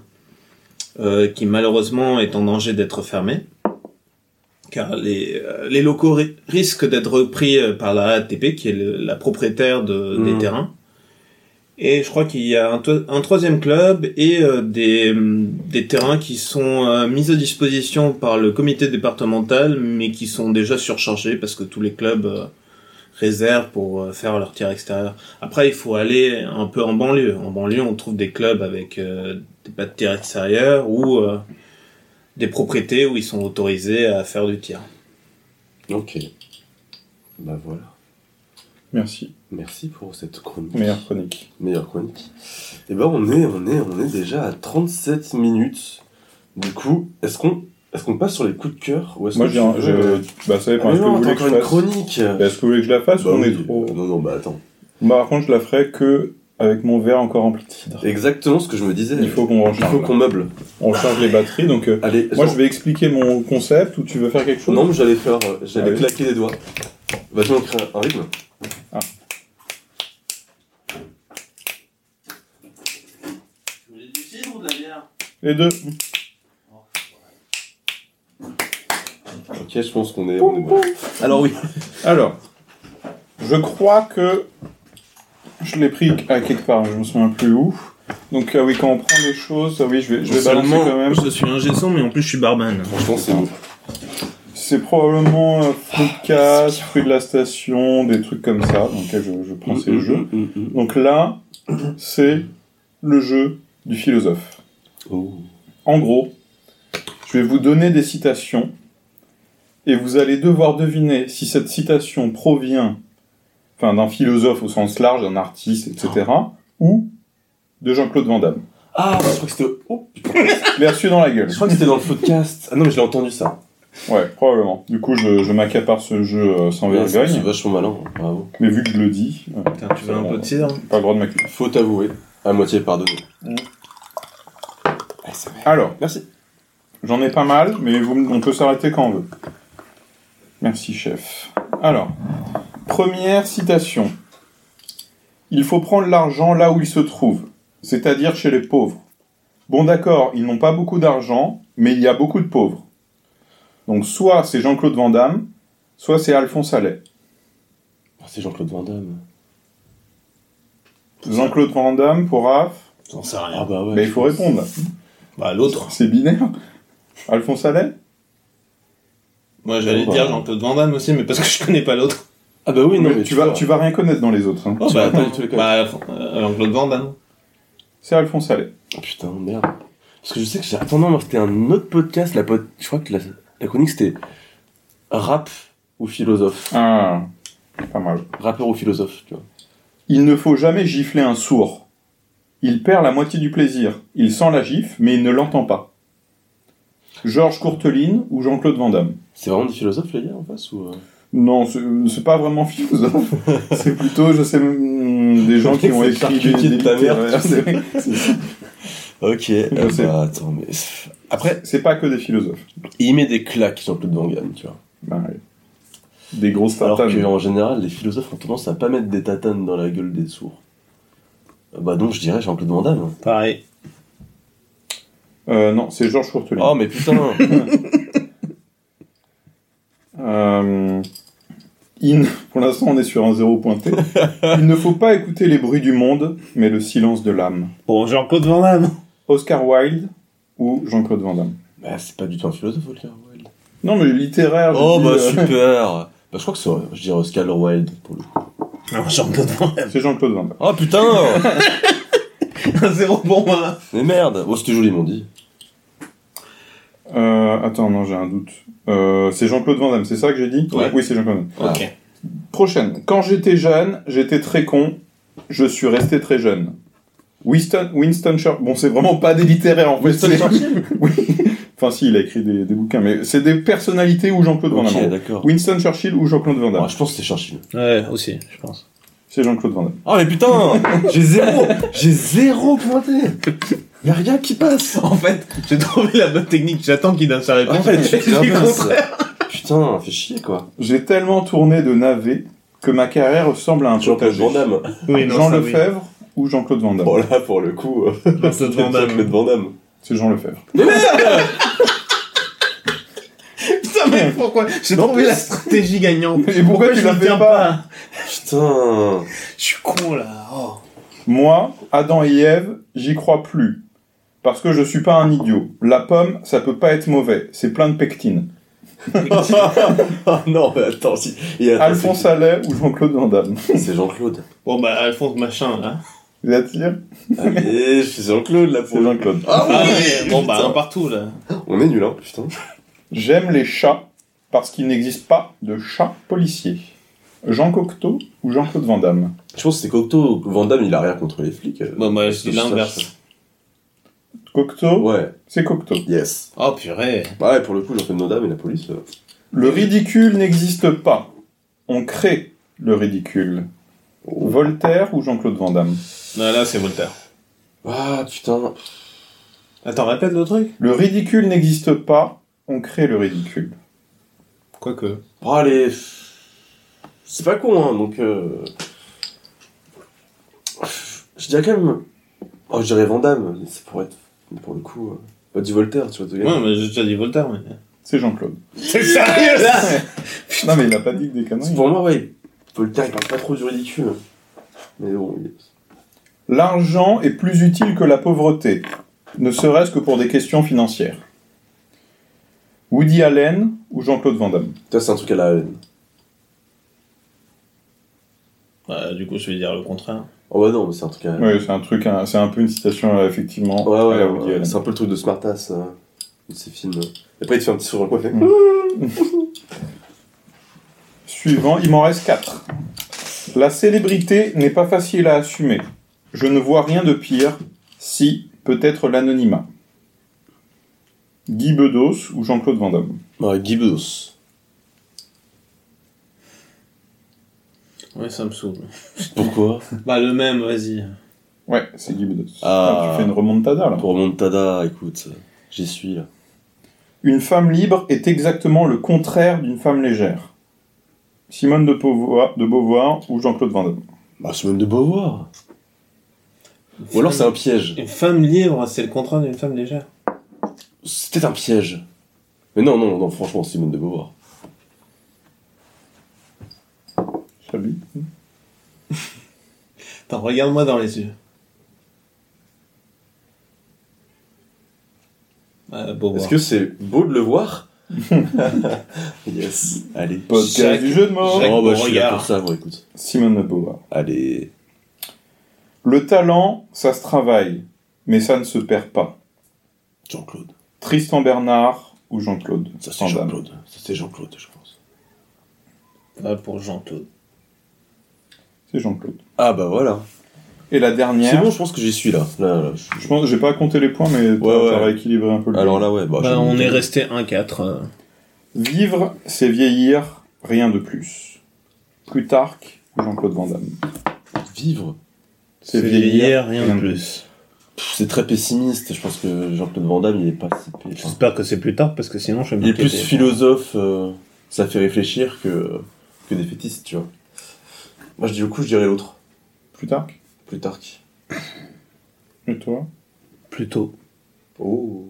F: euh, qui malheureusement est en danger d'être fermé, car les, euh, les locaux ri- risquent d'être repris euh, par la ATP, qui est le- la propriétaire de, des
G: Mhm.
F: terrains. Et je crois qu'il y a un, to- un troisième club et euh, des, hum, des terrains qui sont euh, mis à disposition par le comité départemental, mais qui sont déjà surchargés parce que tous les clubs euh, réservent pour euh, faire leur tir extérieur. Après, il faut aller un peu en banlieue. En banlieue, on trouve des clubs avec euh, des pas de tir extérieur ou euh, des propriétés où ils sont autorisés à faire du tir.
G: Ok. Bah voilà.
E: Merci.
G: Merci pour cette chronique.
E: Meilleure chronique.
G: meilleure chronique. Et ben on est, on est, on est déjà à 37 minutes. Du coup, est-ce qu'on est-ce qu'on passe sur les coups de cœur ou est-ce
E: Moi,
G: que
E: j'ai
G: tu
E: un-
G: veux-
E: je. Bah, ça
G: Ah
E: dépend.
G: mais
E: Est-ce que
G: non,
E: vous
G: t'as
E: voulez que
G: encore
E: je
G: une
E: fasse
G: chronique.
E: Bah, Est-ce que vous voulez que je la fasse
G: Bah
E: ou on est
G: oui.
E: trop.
G: Non non bah attends.
E: Bah, par contre, je la ferai que avec mon verre encore rempli de cidre.
G: Exactement ce que je me disais.
E: Il faut qu'on
G: Il faut
E: recharge.
G: qu'on meuble.
E: On recharge les batteries, donc. euh,
G: Allez.
E: Moi,
G: Jean-
E: je vais expliquer mon concept ou tu veux faire quelque chose
G: Non mais j'allais faire, euh, j'allais
E: Ah oui.
G: claquer les doigts. Vas-y on crée un rythme.
E: Ah. Les deux.
G: Ok, je pense qu'on est, on est bon. Alors oui.
E: Alors, je crois que je l'ai pris à quelque part, je me souviens plus où. Donc, ah oui, quand on prend les choses, ah oui, je vais, je vais balancer quand même.
F: je suis un gesson, mais en plus je suis barman.
G: Franchement c'est beau.
E: C'est probablement euh, fruit
G: Ah,
E: de casse, fruit de la station, des trucs comme ça, dans lesquels je, je prends ces jeux.
G: Mm, mm, mm.
E: Donc là, c'est le jeu du philosophe.
G: Oh.
E: En gros, je vais vous donner des citations et vous allez devoir deviner si cette citation provient, enfin, d'un philosophe au sens large, d'un artiste, etc., ou de Jean-Claude Van Damme.
G: Ah, je crois que c'était. Oh,
E: Mais reçu dans la gueule.
G: je crois que c'était dans le podcast. Ah non, mais je l'ai entendu ça.
E: Ouais, probablement. Du coup, je, je m'accapare ce jeu euh, sans
G: C'est
E: vergogne,
G: vachement malin, bravo.
E: mais vu que je le dis, euh,
F: Putain, tu veux un peu de cidre
E: pas le droit de m'accuser.
G: Faut t'avouer, à moitié pardonné. Eh,
E: Alors,
G: Merci.
E: j'en ai pas mal, mais vous m- on peut s'arrêter quand on veut. Merci, chef. Alors, première citation. Il faut prendre l'argent là où il se trouve, c'est-à-dire chez les pauvres. Bon d'accord, ils n'ont pas beaucoup d'argent, mais il y a beaucoup de pauvres. Donc soit c'est Jean-Claude Van Damme, soit c'est Alphonse Allais.
G: Ah, C'est Jean-Claude Van Damme.
E: Jean-Claude Van Damme pour Raph,
F: J'en sais
G: Ah,
F: rien, bah ouais.
E: mais il faut répondre. là.
F: Bah l'autre.
E: C'est binaire. Alphonse Allais
F: Moi j'allais dire Jean-Claude Van Damme aussi, mais parce que je connais pas l'autre.
G: Ah bah oui, non, mais,
E: tu, vas, tu vas rien connaître dans les autres. hein.
F: Oh,
G: Tu
F: bah
G: vas pas
F: attends,
G: du tout les
F: bah, euh, Jean-Claude Van Damme.
E: C'est Alphonse Allais.
G: Ah, putain, merde. Parce que je sais que j'ai. Attends, non, non, c'était un autre podcast. La pod- Je crois que la, la chronique c'était rap ou philosophe.
E: Ah, pas mal.
G: Rappeur ou philosophe, tu vois.
E: Il ne faut jamais gifler un sourd. Il perd la moitié du plaisir. Il sent la gifle, mais il ne l'entend pas. Georges Courteline ou Jean-Claude Van Damme
G: C'est vraiment des philosophes, les gars, en face ou... euh,
E: Non, c'est c'est pas vraiment philosophe. c'est plutôt, je sais, mm, des gens qui ont
G: C'est
E: écrit des,
G: charcutier
E: des
G: de ta mère,
E: littéraires.
G: tu sais.
E: C'est-
G: Ok, euh,
E: Je sais.
G: bah, attends, mais. Après,
E: C'est pas que des philosophes.
G: il met des claques, Jean-Claude Van Damme, tu vois.
E: Bah, ouais. Des grosses
G: Alors
E: tartanes.
G: qu'en général, les philosophes ont tendance à pas mettre des tatanes dans la gueule des sourds. Euh, Bah donc, je dirais Jean-Claude Van Damme. hein.
F: Pareil.
E: Euh, non, c'est Georges Courteline.
G: Oh, mais putain
E: Euh, il ne- Pour l'instant, on est sur un zéro pointé. Il ne faut pas écouter les bruits du monde, mais le silence de l'âme.
F: Bon, Jean-Claude Van Damme.
E: Oscar Wilde ou Jean-Claude Van Damme
G: Bah, c'est pas du tout un philosophe, Oscar Wilde.
E: Non, mais littéraire. je
G: Oh,
E: dis,
G: bah
E: euh,
G: super Bah, je crois que c'est. Je dirais Oscar Wilde pour le coup.
F: Non, Jean-Claude Van Damme.
E: C'est Jean-Claude Van Damme.
G: Oh putain
F: Zéro Ah, pour moi.
G: Mais merde Oh, c'était joliment dit.
E: Euh, attends, non, j'ai un doute. Euh, c'est Jean-Claude Van Damme, c'est ça que j'ai dit
F: Ouais.
E: Oui, c'est Jean-Claude Van
G: Ah.
E: Damme.
F: Ok.
E: Prochaine. Quand j'étais jeune, j'étais très con. Je suis resté très jeune. Winston, Winston Churchill. Bon, c'est vraiment pas des littéraires en fait. c'est- Oui. Enfin, si, il a écrit des, des bouquins, mais c'est des personnalités ou Jean-Claude Van Damme.
G: Ok, d'accord.
E: Winston Churchill ou Jean-Claude Van Damme
G: Ah, je pense que c'est Churchill.
F: Ouais, aussi, je pense.
E: C'est Jean-Claude Van Damme.
G: Oh, mais putain J'ai zéro J'ai zéro pointé Y'a rien qui passe
F: En fait, j'ai trouvé la bonne technique. J'attends qu'il donne sa réponse.
G: En fait, tu
F: C'est le
G: t'avances.
F: contraire.
G: Putain, fais chier quoi.
E: J'ai tellement tourné de navet que ma carrière ressemble à un
G: Jean-Claude
E: potager.
G: Van Damme.
F: Oui, non,
E: Jean
F: ça, oui.
E: Lefebvre ou Jean-Claude Van Damme
G: Bon là, pour le coup, euh,
F: Jean-Claude Van
G: Jean-Claude
F: Damme.
G: Van Damme.
E: C'est Jean Lefebvre.
F: Putain, mais pourquoi J'ai trouvé la stratégie gagnante.
E: Et pourquoi tu
F: je
E: la
F: n'y
E: fais
F: tiens
E: pas
G: Putain
F: Je suis con là. Oh.
E: Moi, Adam et Ève, j'y crois plus. Parce que je suis pas un idiot. La pomme, ça peut pas être mauvais. C'est plein de pectine.
G: Oh non, mais attends, si. Et attends,
E: Alphonse Allais ou Jean-Claude Van Damme
G: c'est- C'est Jean-Claude.
F: Bon, bah, Alphonse Machin, là.
E: Vous êtes sûr
G: Allez, je suis Jean-Claude là pour
E: C'est Jean-Claude.
G: Ah
F: Ah,
G: oui
F: ouais, bon, bah,
G: Putain.
F: un partout, là.
G: On est nul hein, putain.
E: J'aime les chats parce qu'il n'existe pas de chat policier. Jean Cocteau ou Jean-Claude Van Damme
G: Je pense que c'est Cocteau, Van Damme il a rien contre les flics. euh.
F: Bon, moi, je
G: Parce que
F: dis
G: je
F: l'inverse.
G: sache.
E: Cocteau,
G: Ouais,
E: c'est Cocteau.
G: yes.
F: Oh, purée.
G: Bah ouais, pour le coup, Jean-Claude Van Damme et la police. euh.
E: Le ridicule n'existe pas. On crée le ridicule. Voltaire ou Jean-Claude Van Damme
F: Non, là, c'est Voltaire.
G: Ah putain.
F: Attends, répète le truc.
E: Le ridicule n'existe pas. On crée le ridicule.
F: Quoique.
G: Oh les. C'est pas con hein, donc. euh, Je dirais quand même. Oh, je dirais Van Damme, mais c'est pour être. Pour le coup. euh, Bah, du Voltaire, tu vois, de
F: Ouais, mais j'ai déjà dit Voltaire, mais.
E: C'est Jean-Claude.
F: C'est sérieux, là
E: Non mais il a pas dit que des
G: Parce que
E: conneries.
G: Pour moi, ouais, Voltaire, il parle pas trop du ridicule. Mais bon, il-
E: L'argent est plus utile que la pauvreté, ne serait-ce que pour des questions financières. Woody Allen ou Jean-Claude Van Damme
G: toi, c'est un truc à la haine.
F: Bah, du coup, je vais dire le contraire.
G: Oh bah non, mais c'est un truc à la haine.
E: Oui, c'est un truc, hein, c'est un peu une citation euh, effectivement.
G: Ouais,
E: à
G: ouais,
E: la
G: ouais,
E: Woody Allen.
G: c'est un peu le truc de Smartass, euh, de ces films. Après, il te fait un petit sourire, quoi, il fait.
E: Suivant, il m'en reste 4. La célébrité n'est pas facile à assumer. Je ne vois rien de pire, si peut-être l'anonymat. Guy Bedos ou Jean-Claude Van Damme
G: Ouais, Guy Bedos.
F: Ouais, ça me saoule.
G: Pourquoi
F: Bah, le même, vas-y.
E: Ouais, c'est Guy Bedos.
G: Ah.
E: Putain, tu fais une remontada là.
G: Pour Montada, écoute, j'y suis là.
E: Une femme libre est exactement le contraire d'une femme légère. Simone de Beauvoir, de Beauvoir ou Jean-Claude Van Damme
G: Bah, c'est même de Beauvoir. Ou alors c'est un piège.
F: Une femme libre, c'est le contraire d'une femme légère.
G: C'était un piège. Mais non, non, non, franchement, Simone de Beauvoir.
E: Chablis
F: Attends, regarde-moi dans les yeux. Euh, beau
G: Est-ce
F: voir.
G: que c'est beau de le voir Yes. Allez.
E: Podcast
F: Jacques-
E: du jeu de mots
F: Jacques-
G: Oh, bah, je suis là
F: Beauregard.
G: pour ça, moi, écoute.
E: Simone de Beauvoir.
G: Allez.
E: Le talent, ça se travaille, mais ça ne se perd pas.
G: Jean-Claude.
E: Tristan Bernard ou Jean-Claude
G: Ça, c'est
E: Van Damme
G: Jean-Claude. Ça, c'est Jean-Claude, je pense.
F: Ah, pour Jean-Claude.
E: C'est Jean-Claude.
G: Ah, bah, voilà.
E: Et la dernière.
G: C'est bon, je pense que j'y suis là. Là, là, je-
E: Je pense, j'ai pas compté les points, mais t'as,
G: Ouais, ouais.
E: t'as rééquilibré un peu le
G: Alors
E: jeu.
G: là, ouais. Bah,
F: Bah,
G: j'ai-
F: on est resté 1-4. euh.
E: Vivre, c'est vieillir, rien de plus. Plutarque ou Jean-Claude Van Damme
G: Vivre.
E: C'est
F: C'est
E: vieillir,
G: hein.
F: vieillir, rien
E: rien
F: de plus.
G: Pff, C'est très pessimiste. Je pense que Jean-Claude Van Damme, il est pas si pé- enfin,
F: J'espère que c'est plus tard, parce que sinon je vais
G: Il est plus
F: m'inquiéter.
G: philosophe. euh, ça fait réfléchir que, que défaitiste, tu vois. Moi, je dis au coup, je dirais l'autre.
E: Plutarque
G: Plutarque.
E: Et toi
F: Plutôt.
G: Oh.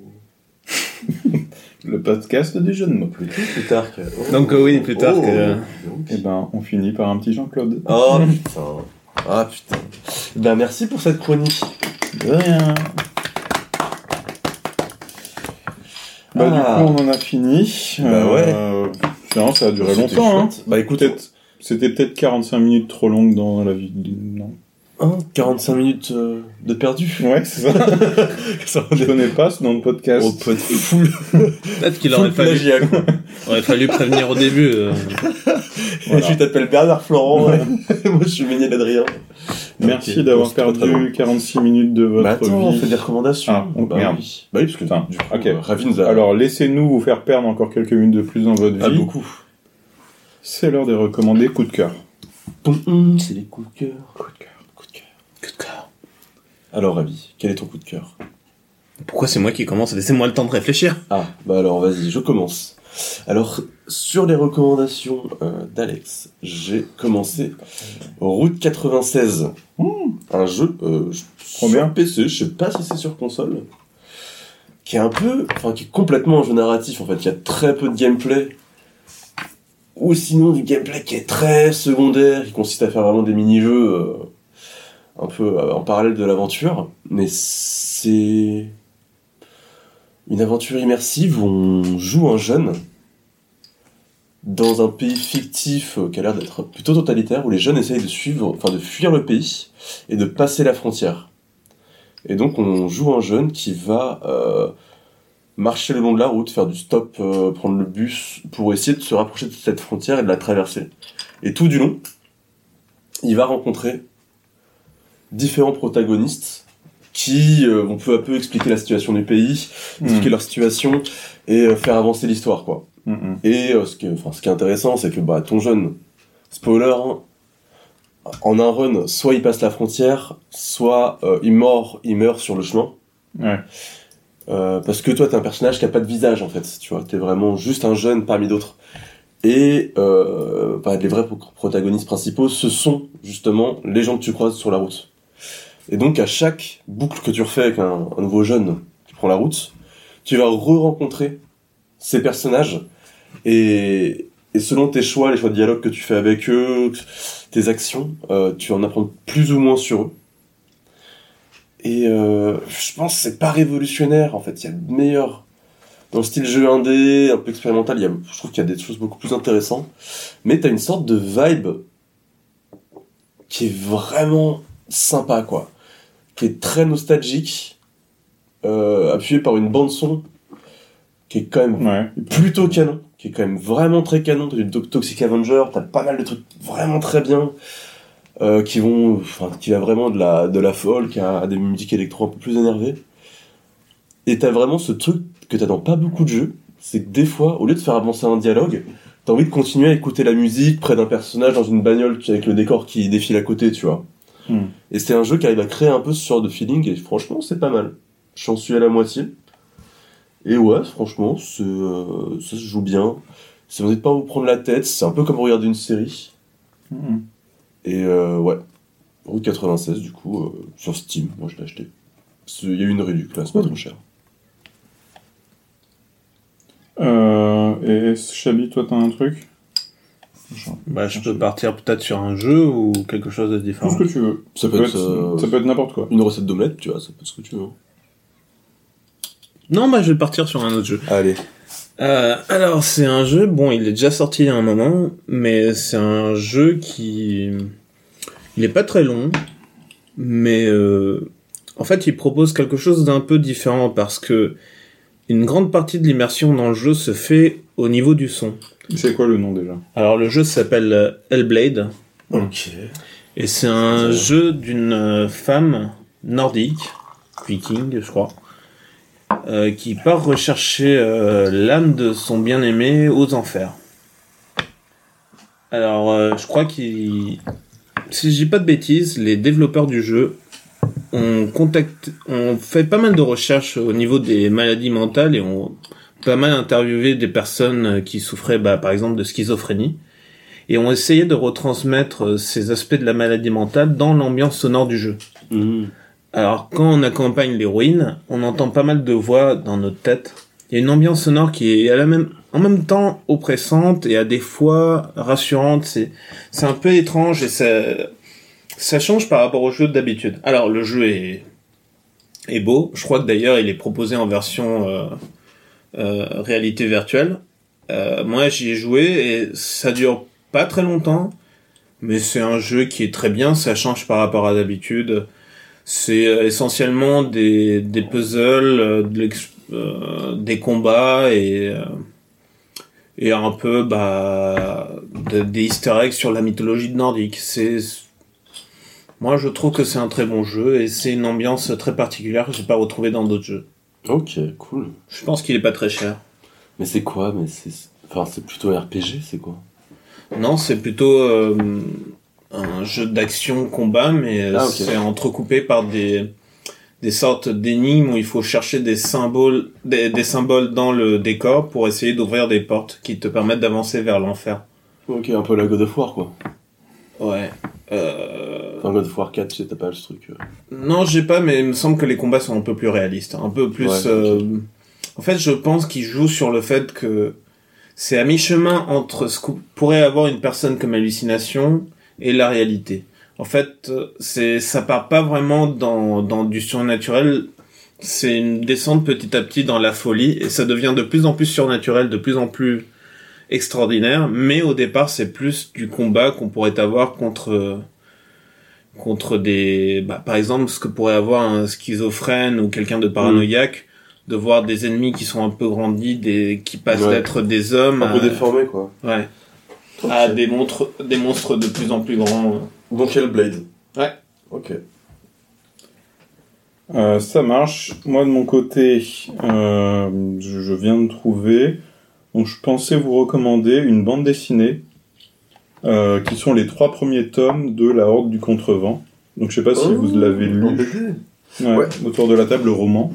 E: Le podcast des jeunes mots.
G: Plutôt Plutarque. Oh.
F: Donc, euh, oui, Plutarque,
G: Oh.
F: euh.
E: Eh ben, on finit par un petit Jean-Claude.
G: Oh putain. Ah putain. Bah merci pour cette chronique.
E: De rien. Bah, du
G: Ah.
E: coup, on en a fini.
G: Bah,
E: Euh, putain, ça a duré
G: C'était
E: longtemps, hein.
G: chouette. Bah écoute,
E: Peut-être- C'était peut-être 45 minutes trop longues dans la vie. Non.
G: hein, 45 minutes euh, de perdu.
E: Ouais, c'est ça.
G: Ça
E: Je connais pas ce nom de podcast.
G: On peut être full,
F: Peut-être qu'il aurait
G: full
F: fallu,
G: plagiat. quoi.
F: aurait fallu prévenir au début. euh.
E: Voilà.
G: Je t'appelle Bernard Florent. ouais. Moi je suis Méniel d'Adrien.
E: Merci
G: Ok,
E: d'avoir
G: c'est très, très
E: perdu 46 minutes de votre
G: Bah attends, on
E: vie.
G: fait des recommandations.
E: Ah, on-
G: bah,
E: merde.
G: oui. Bah oui, parce que
E: Putain,
G: du coup,
E: ok.
G: euh, Ravi nous a
E: Alors, laissez-nous vous faire perdre encore quelques minutes de plus dans votre
G: a
E: vie.
G: beaucoup.
E: C'est l'heure des recommandés coup de cœur.
G: Pom, hum, C'est les coups de cœur. Coup de cœur, coup de cœur. Coup de cœur. Alors Ravi, quel est ton coup de cœur
F: Pourquoi c'est moi qui commence Laissez-moi le temps de réfléchir.
G: Ah, bah alors vas-y, je commence. Alors, sur les recommandations euh, d'Alex, j'ai commencé Route 96, un jeu euh, je-
E: Hmm.
G: sur
E: Trop bien.
G: PC, je sais pas si c'est sur console, qui est un peu, enfin qui est complètement un jeu narratif en fait, il y a très peu de gameplay, ou sinon du gameplay qui est très secondaire, qui consiste à faire vraiment des mini-jeux euh, un peu euh, en parallèle de l'aventure, mais c'est une aventure immersive où on joue un jeune dans un pays fictif euh, qui a l'air d'être plutôt totalitaire, où les jeunes essayent de suivre, enfin de fuir le pays et de passer la frontière. Et donc on joue un jeune qui va euh, marcher le long de la route, faire du stop, euh, prendre le bus pour essayer de se rapprocher de cette frontière et de la traverser. Et tout du long, il va rencontrer différents protagonistes qui euh, vont peu à peu expliquer la situation du pays, expliquer leur situation et euh, faire avancer l'histoire quoi.
E: Mm, mm,
G: Et euh, ce, qui, enfin, ce qui est intéressant, c'est que bah, ton jeune, spoiler, hein, en un run, soit il passe la frontière, soit euh, il, mord, il meurt sur le chemin.
E: mm. Ouais.
G: Euh, parce que toi, t'es un personnage qui a pas de visage en fait, tu vois, t'es vraiment juste un jeune parmi d'autres. Et euh, bah, les vrais pro- protagonistes principaux, ce sont justement les gens que tu croises sur la route. Et donc à chaque boucle que tu refais avec un, un nouveau jeune qui prend la route, tu vas re-rencontrer ces personnages et, et selon tes choix, les choix de dialogue que tu fais avec eux, tes actions, euh, tu vas en apprends plus ou moins sur eux. Et euh, je pense que c'est pas révolutionnaire en fait. Il y a de meilleur dans le style jeu indé, un peu expérimental. il Y a, je trouve qu'il y a des choses beaucoup plus intéressantes. Mais t'as une sorte de vibe qui est vraiment sympa quoi, qui est très nostalgique, euh, appuyé par une bande son qui est quand même
E: Ouais.
G: plutôt canon, qui est quand même vraiment très canon. T'as du To- Toxic Avenger, t'as pas mal de trucs vraiment très bien. euh, qui vont, enfin, qui va vraiment de la, de la folk à, à des musiques électro un peu plus énervées. Et t'as vraiment ce truc que t'as dans pas beaucoup de jeux, c'est que des fois, au lieu de faire avancer un dialogue, t'as envie de continuer à écouter la musique près d'un personnage dans une bagnole qui- avec le décor qui défile à côté, tu vois.
E: Hmm.
G: Et c'est un jeu qui arrive à créer un peu ce genre de feeling, et franchement, c'est pas mal. J'en suis à la moitié. Et ouais, franchement, c'est, euh, ça se joue bien. Si vous n'êtes pas à vous prendre la tête, c'est un peu comme regarder une série.
E: Hmm.
G: Et euh, ouais, Route 96 du coup, euh, sur Steam, moi je l'ai acheté. Parce qu'il y a eu une réduction, là, c'est pas trop cher.
E: Euh, et Chabi, toi, t'as un truc
F: Bah, je peux partir peut-être sur un jeu ou quelque chose de
E: Tout
F: différent.
E: ce que tu veux.
G: Ça peut être, euh,
E: ça peut être n'importe quoi.
G: Une recette d'omelette, tu vois, ça peut être ce que tu veux.
F: Non, bah, je vais partir sur un autre jeu.
G: Allez.
F: Euh, alors, c'est un jeu, bon, il est déjà sorti il y a un moment, mais c'est un jeu qui... Il est pas très long, mais euh, en fait, il propose quelque chose d'un peu différent parce que une grande partie de l'immersion dans le jeu se fait au niveau du son.
E: C'est quoi le nom déjà
F: Alors, le jeu s'appelle euh, Hellblade,
G: Ok.
F: et c'est un jeu d'une euh, femme nordique, viking, je crois, euh, qui part rechercher euh, l'âme de son bien-aimé aux enfers. Alors, euh, je crois qu'il. Si je dis pas de bêtises, les développeurs du jeu ont contact... ont fait pas mal de recherches au niveau des maladies mentales et ont pas mal interviewé des personnes qui souffraient, bah, par exemple, de schizophrénie et ont essayé de retransmettre euh, ces aspects de la maladie mentale dans l'ambiance sonore du jeu. Mmh. Alors quand on accompagne l'héroïne, on entend pas mal de voix dans notre tête. Il y a une ambiance sonore qui est à la même, en même temps oppressante et à des fois rassurante. C'est, c'est un peu étrange et ça, ça change par rapport au jeu d'habitude. Alors le jeu est, est beau. Je crois que d'ailleurs il est proposé en version euh, euh, réalité virtuelle. Euh, moi j'y ai joué et ça dure pas très longtemps, mais c'est un jeu qui est très bien. Ça change par rapport à d'habitude. C'est euh, essentiellement des, des puzzles, euh, de l'ex- euh, des combats et, euh, et un peu bah, de- des easter eggs sur la mythologie nordique. C'est moi, je trouve que c'est un très bon jeu et c'est une ambiance très particulière que j'ai pas retrouvée dans d'autres jeux.
G: Ok, cool.
F: Je pense qu'il est pas très cher.
G: Mais c'est quoi Mais c'est, enfin, c'est plutôt un RPG, c'est quoi
F: Non, c'est plutôt euh, un jeu d'action combat, mais euh,
G: Ah, ok.
F: c'est entrecoupé par des des sortes d'énigmes où il faut chercher des symboles des, des symboles dans le décor pour essayer d'ouvrir des portes qui te permettent d'avancer vers l'enfer.
G: Ok, un peu la God of War, quoi.
F: Ouais. Euh...
G: Enfin, God of War 4, tu sais, t'as pas le truc. euh.
F: Non, j'ai pas, mais il me semble que les combats sont un peu plus réalistes, un peu plus.
G: Ouais, ok.
F: euh, En fait, je pense qu'ils jouent sur le fait que c'est à mi-chemin entre ce que pourrait avoir une personne comme hallucination et la réalité. En fait, euh, c'est ça part pas vraiment dans dans du surnaturel. C'est une descente petit à petit dans la folie et ça devient de plus en plus surnaturel, de plus en plus extraordinaire. Mais au départ, c'est plus du combat qu'on pourrait avoir contre euh, contre des bah, par exemple ce que pourrait avoir un schizophrène ou quelqu'un de paranoïaque de voir des ennemis qui sont un peu grandis des qui passent
G: Mm. Ouais.
F: d'être des hommes
G: Un peu
F: à-
G: déformé, quoi.
F: ouais, à des montres des monstres de plus en plus grands
G: Donc Hellblade.
F: Ouais.
G: Ok.
E: Euh, ça marche. Moi, de mon côté, euh, je, je viens de trouver. Donc, je pensais vous recommander une bande dessinée euh, qui sont les trois premiers tomes de La Horde du Contrevent. Donc, je sais pas si vous l'avez lu. Ouais,
G: Oh. Ouais.
E: Autour de la table, le roman.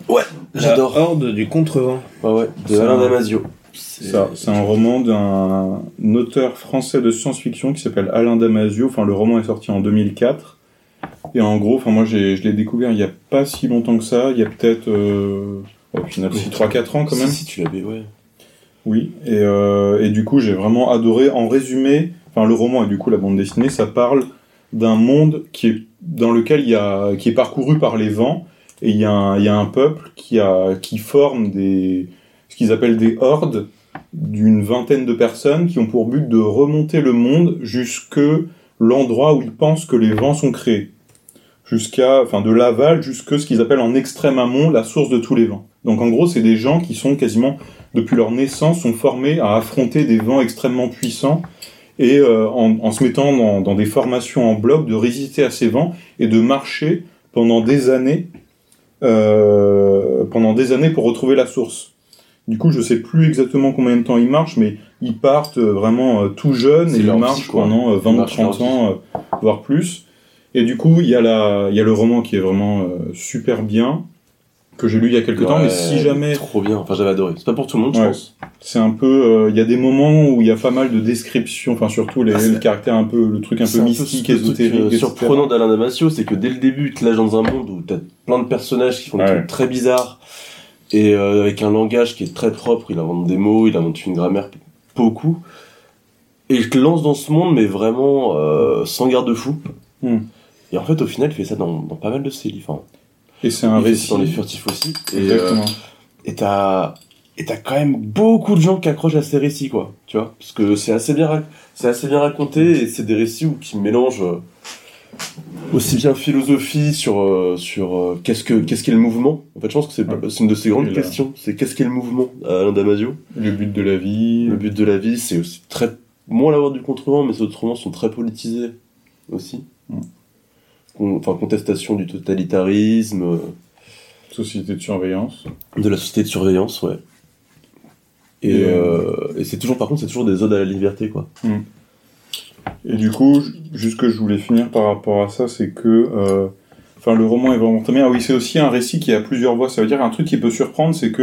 G: J'adore.
F: La horde du contrevent
G: Ouais, ouais. De
E: Ça-
G: Alain Damasio.
E: Ça, C'est un roman d'un auteur français de science-fiction qui s'appelle Alain Damasio. Enfin, le roman est sorti en 2004. Et en gros, enfin, moi, j'ai- je l'ai découvert il n'y a pas si longtemps que ça. Il y a peut-être, euh, oh, puis il y en a
G: Oui.
E: 3-4 ans quand même.
G: Si, si, tu l'avais, ouais.
E: Oui, et, euh, et du coup j'ai vraiment adoré. En résumé, enfin le roman et du coup la bande dessinée, ça parle d'un monde qui est dans lequel il y a qui est parcouru par les vents et il y a un, il y a un peuple qui a qui forme des ce qu'ils appellent des hordes d'une vingtaine de personnes qui ont pour but de remonter le monde jusque l'endroit où ils pensent que les vents sont créés jusqu'à enfin de l'aval jusque ce qu'ils appellent en extrême amont la source de tous les vents. Donc en gros, c'est des gens qui sont quasiment depuis leur naissance, sont formés à affronter des vents extrêmement puissants et euh, en, en se mettant dans, dans des formations en bloc, de résister à ces vents et de marcher pendant des années, euh, pendant des années pour retrouver la source. Du coup, je sais plus exactement combien de temps ils marchent, mais ils partent euh, vraiment euh, tout jeunes
G: C'est
E: et ils
G: leur vie,
E: marchent
G: quoi.
E: pendant euh, 20
G: Ils
E: ou
G: marchent
E: 30
G: leur vie.
E: ans, euh, voire plus. Et du coup, il y a la, il y a le roman qui est vraiment euh, super bien, que j'ai lu il y a quelques temps, mais
G: Ouais,
E: si jamais
G: Trop bien, enfin j'avais adoré. C'est pas pour tout le monde,
E: Ouais.
G: je pense.
E: c'est un peu, euh, il y a des moments où il y a pas mal de descriptions, enfin surtout les,
G: Ah, c'est-
E: le caractère un peu, le truc un
G: C'est
E: peu mystique,
G: ce truc,
E: ésotérique,
G: euh,
E: etc.
G: surprenant d'Alain Damasio, c'est que dès le début, il te lâche dans un monde où t'as plein de personnages qui font des
E: Ouais.
G: trucs très bizarres et euh, avec un langage qui est très propre. Il invente des mots, il invente une grammaire p- beaucoup. Et il te lance dans ce monde, mais vraiment euh, sans garde-fou.
E: Hmm.
G: Et en fait, au final, il fait ça dans, dans pas mal de ses livres. hein.
E: Et c'est un
G: il fait ça
E: récit.
G: dans Les Furtifs aussi. Et, euh,
E: Exactement.
G: et t'as et t'as quand même beaucoup de gens qui accrochent à ces récits quoi tu vois parce que c'est assez bien rac- c'est assez bien raconté et c'est des récits où qui mélangent euh, aussi bien philosophie sur euh, sur euh, qu'est-ce que qu'est-ce qu'est le mouvement en fait je pense que c'est c'est une de ces grandes
E: Et là-
G: questions c'est qu'est-ce qu'est le mouvement à Alain Damasio
E: Le but de la vie.
G: le but de la vie c'est aussi très moins l'avoir du contrevent mais ces autres romans sont très politisés aussi
E: Mm.
G: Con- enfin contestation du totalitarisme euh,
E: Société de surveillance.
G: de la société de surveillance, ouais. Et,
E: Et,
G: euh, et c'est toujours, par contre, c'est toujours des odes à la liberté, quoi.
E: Et du coup, j- juste que je voulais finir par rapport à ça, c'est que, euh, enfin, le roman est vraiment très bien. Ah oui, c'est aussi un récit qui a plusieurs voix. Ça veut dire un truc qui peut surprendre, c'est que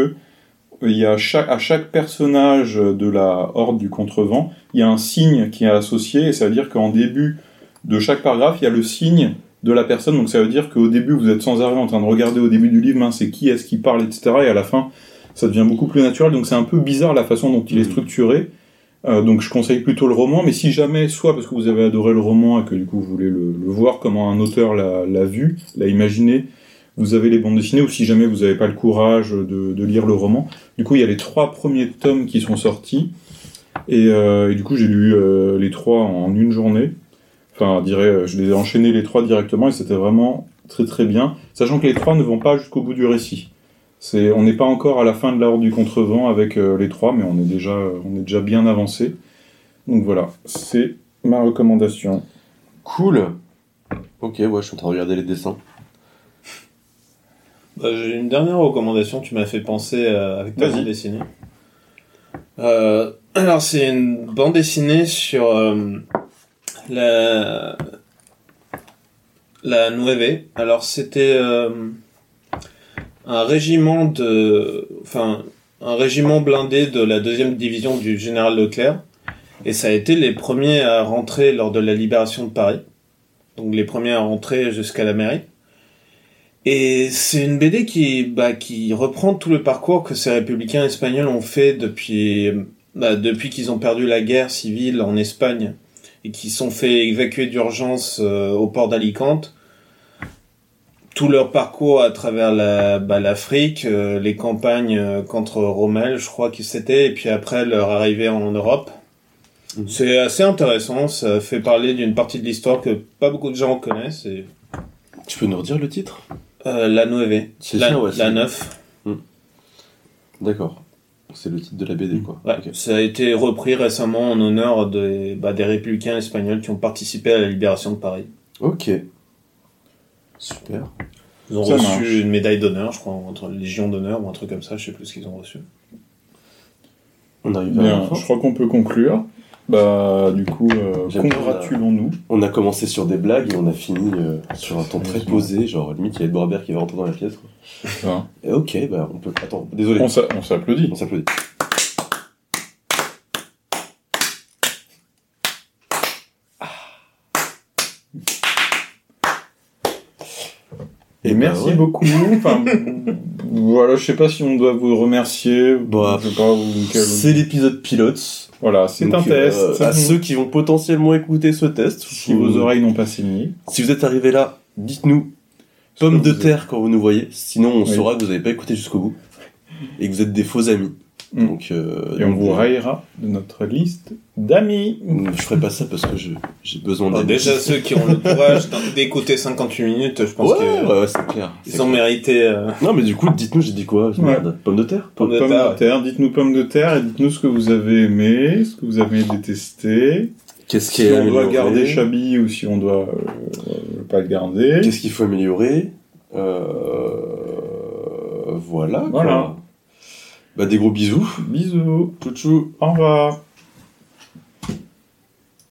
E: euh, il y a chaque, à chaque personnage de la horde du contrevent, il y a un signe qui est associé, et ça veut dire qu'en début de chaque paragraphe, il y a le signe de la personne. Donc ça veut dire qu'au début, vous êtes sans arrêt en train de regarder au début du livre, mince, c'est qui est-ce qui parle, etc. Et à la fin, ça devient beaucoup plus naturel. Donc c'est un peu bizarre la façon dont il est structuré. Euh, donc je conseille plutôt le roman, mais si jamais, soit parce que vous avez adoré le roman et que du coup vous voulez le, le voir comment un auteur l'a l'a vu, l'a imaginé, vous avez les bandes dessinées, ou si jamais vous n'avez pas le courage de, de lire le roman, du coup il y a les trois premiers tomes qui sont sortis, et, euh, et du coup j'ai lu euh, les trois en une journée, enfin je dirais, euh, je les ai enchaînés les trois directement, et c'était vraiment très très bien, sachant que les trois ne vont pas jusqu'au bout du récit. C'est- On n'est pas encore à la fin de la Horde du Contrevent avec euh, les trois, mais on est déjà, euh, on est déjà bien avancé. Donc voilà, c'est ma recommandation.
G: Cool. Ok, ouais, je suis en train de regarder les dessins.
F: Bah, J'ai une dernière recommandation, tu m'as fait penser euh, avec ta
E: Vas-y.
F: bande dessinée. Euh, alors, c'est une bande dessinée sur euh, la. La Nueve. Alors, c'était euh, un régiment de. Enfin, un régiment blindé de la deuxième division du général Leclerc. Et ça a été les premiers à rentrer lors de la libération de Paris. Donc, les premiers à rentrer jusqu'à la mairie. Et c'est une BD qui, bah, qui reprend tout le parcours que ces républicains espagnols ont fait depuis, bah, depuis qu'ils ont perdu la guerre civile en Espagne et qui sont fait évacuer d'urgence euh, au port d'Alicante. Tout leur parcours à travers la, bah, l'Afrique, euh, les campagnes euh, contre Rommel, je crois que c'était, et puis après leur arrivée en Europe.
G: Mhm.
F: C'est assez intéressant, ça fait parler d'une partie de l'histoire que pas beaucoup de gens connaissent. Et,
G: Tu peux nous redire le titre
F: euh, la Nueve.
G: C'est
F: La,
G: ça, ouais,
F: la
G: c'est-
F: 9.
G: D'accord. C'est le titre de la BD, quoi.
F: Ouais,
G: Ok.
F: Ça a été repris récemment en honneur des, bah, des républicains espagnols qui ont participé à la libération de Paris.
G: Ok. Super.
F: Ils ont
E: Ça
F: reçu
E: marche.
F: une médaille d'honneur, je crois, entre Légion d'honneur ou un truc comme ça, je sais plus ce qu'ils ont reçu.
G: On arrive à la
E: Bien,
G: fin.
E: je crois qu'on peut conclure. Bah, du coup, euh,
G: J'aime bien
E: congratulons-nous.
G: On a commencé sur des blagues et on a fini euh, sur un ton très
E: Sérieusement.
G: posé, genre limite il y a Edouard Baird qui va rentrer dans la pièce. Quoi.
E: Hein.
G: Et ok, bah on peut. Attends, désolé.
E: On s'a- on s'applaudit.
G: On s'applaudit. Ah.
E: Et
G: bah,
E: merci
G: ouais.
E: beaucoup. Enfin, voilà, je sais pas si on doit vous remercier.
G: Bah,
E: je sais pas, vous- quel-
G: C'est l'épisode pilote.
E: Voilà, c'est
G: Donc,
E: un test.
G: euh, à ceux qui vont potentiellement écouter ce test,
E: si vos oreilles n'ont pas saigné.
G: si vous êtes arrivé là, dites-nous
E: Est-ce
G: pomme
E: que
G: de
E: vous-
G: terre quand vous nous voyez. Sinon, on
E: Oui.
G: saura que vous n'avez pas écouté jusqu'au bout et que vous êtes des faux amis.
E: Mm.
G: Donc, euh,
E: Et on
G: donc,
E: vous
G: euh,
E: raillera de notre liste d'amis.
G: Je ferai pas ça parce que je- j'ai besoin
E: Ah,
F: Bah,
G: d'aide.
F: déjà, ceux qui ont le courage d'en- d'écouter 58 minutes, je pense
G: ouais,
F: que
G: ouais, ouais, c'est clair. C'est
F: ils ont
G: clair.
F: mérité. euh,
G: Non, mais du coup, dites-nous, j'ai dit quoi Merde, pomme de terre
F: Pomme de
E: Pomme
F: terre,
E: de terre, dites-nous pomme de terre et dites-nous ce que vous avez aimé, ce que vous avez détesté.
G: Qu'est-ce qui
E: si
G: est
E: on doit
G: amélioré
E: garder Chabi ou si on doit euh, pas le garder.
G: Qu'est-ce qu'il faut améliorer Euh, Voilà. quoi.
E: Voilà.
G: Bah, des gros bisous.
E: Bisous.
G: Tchou tchou.
E: Au revoir.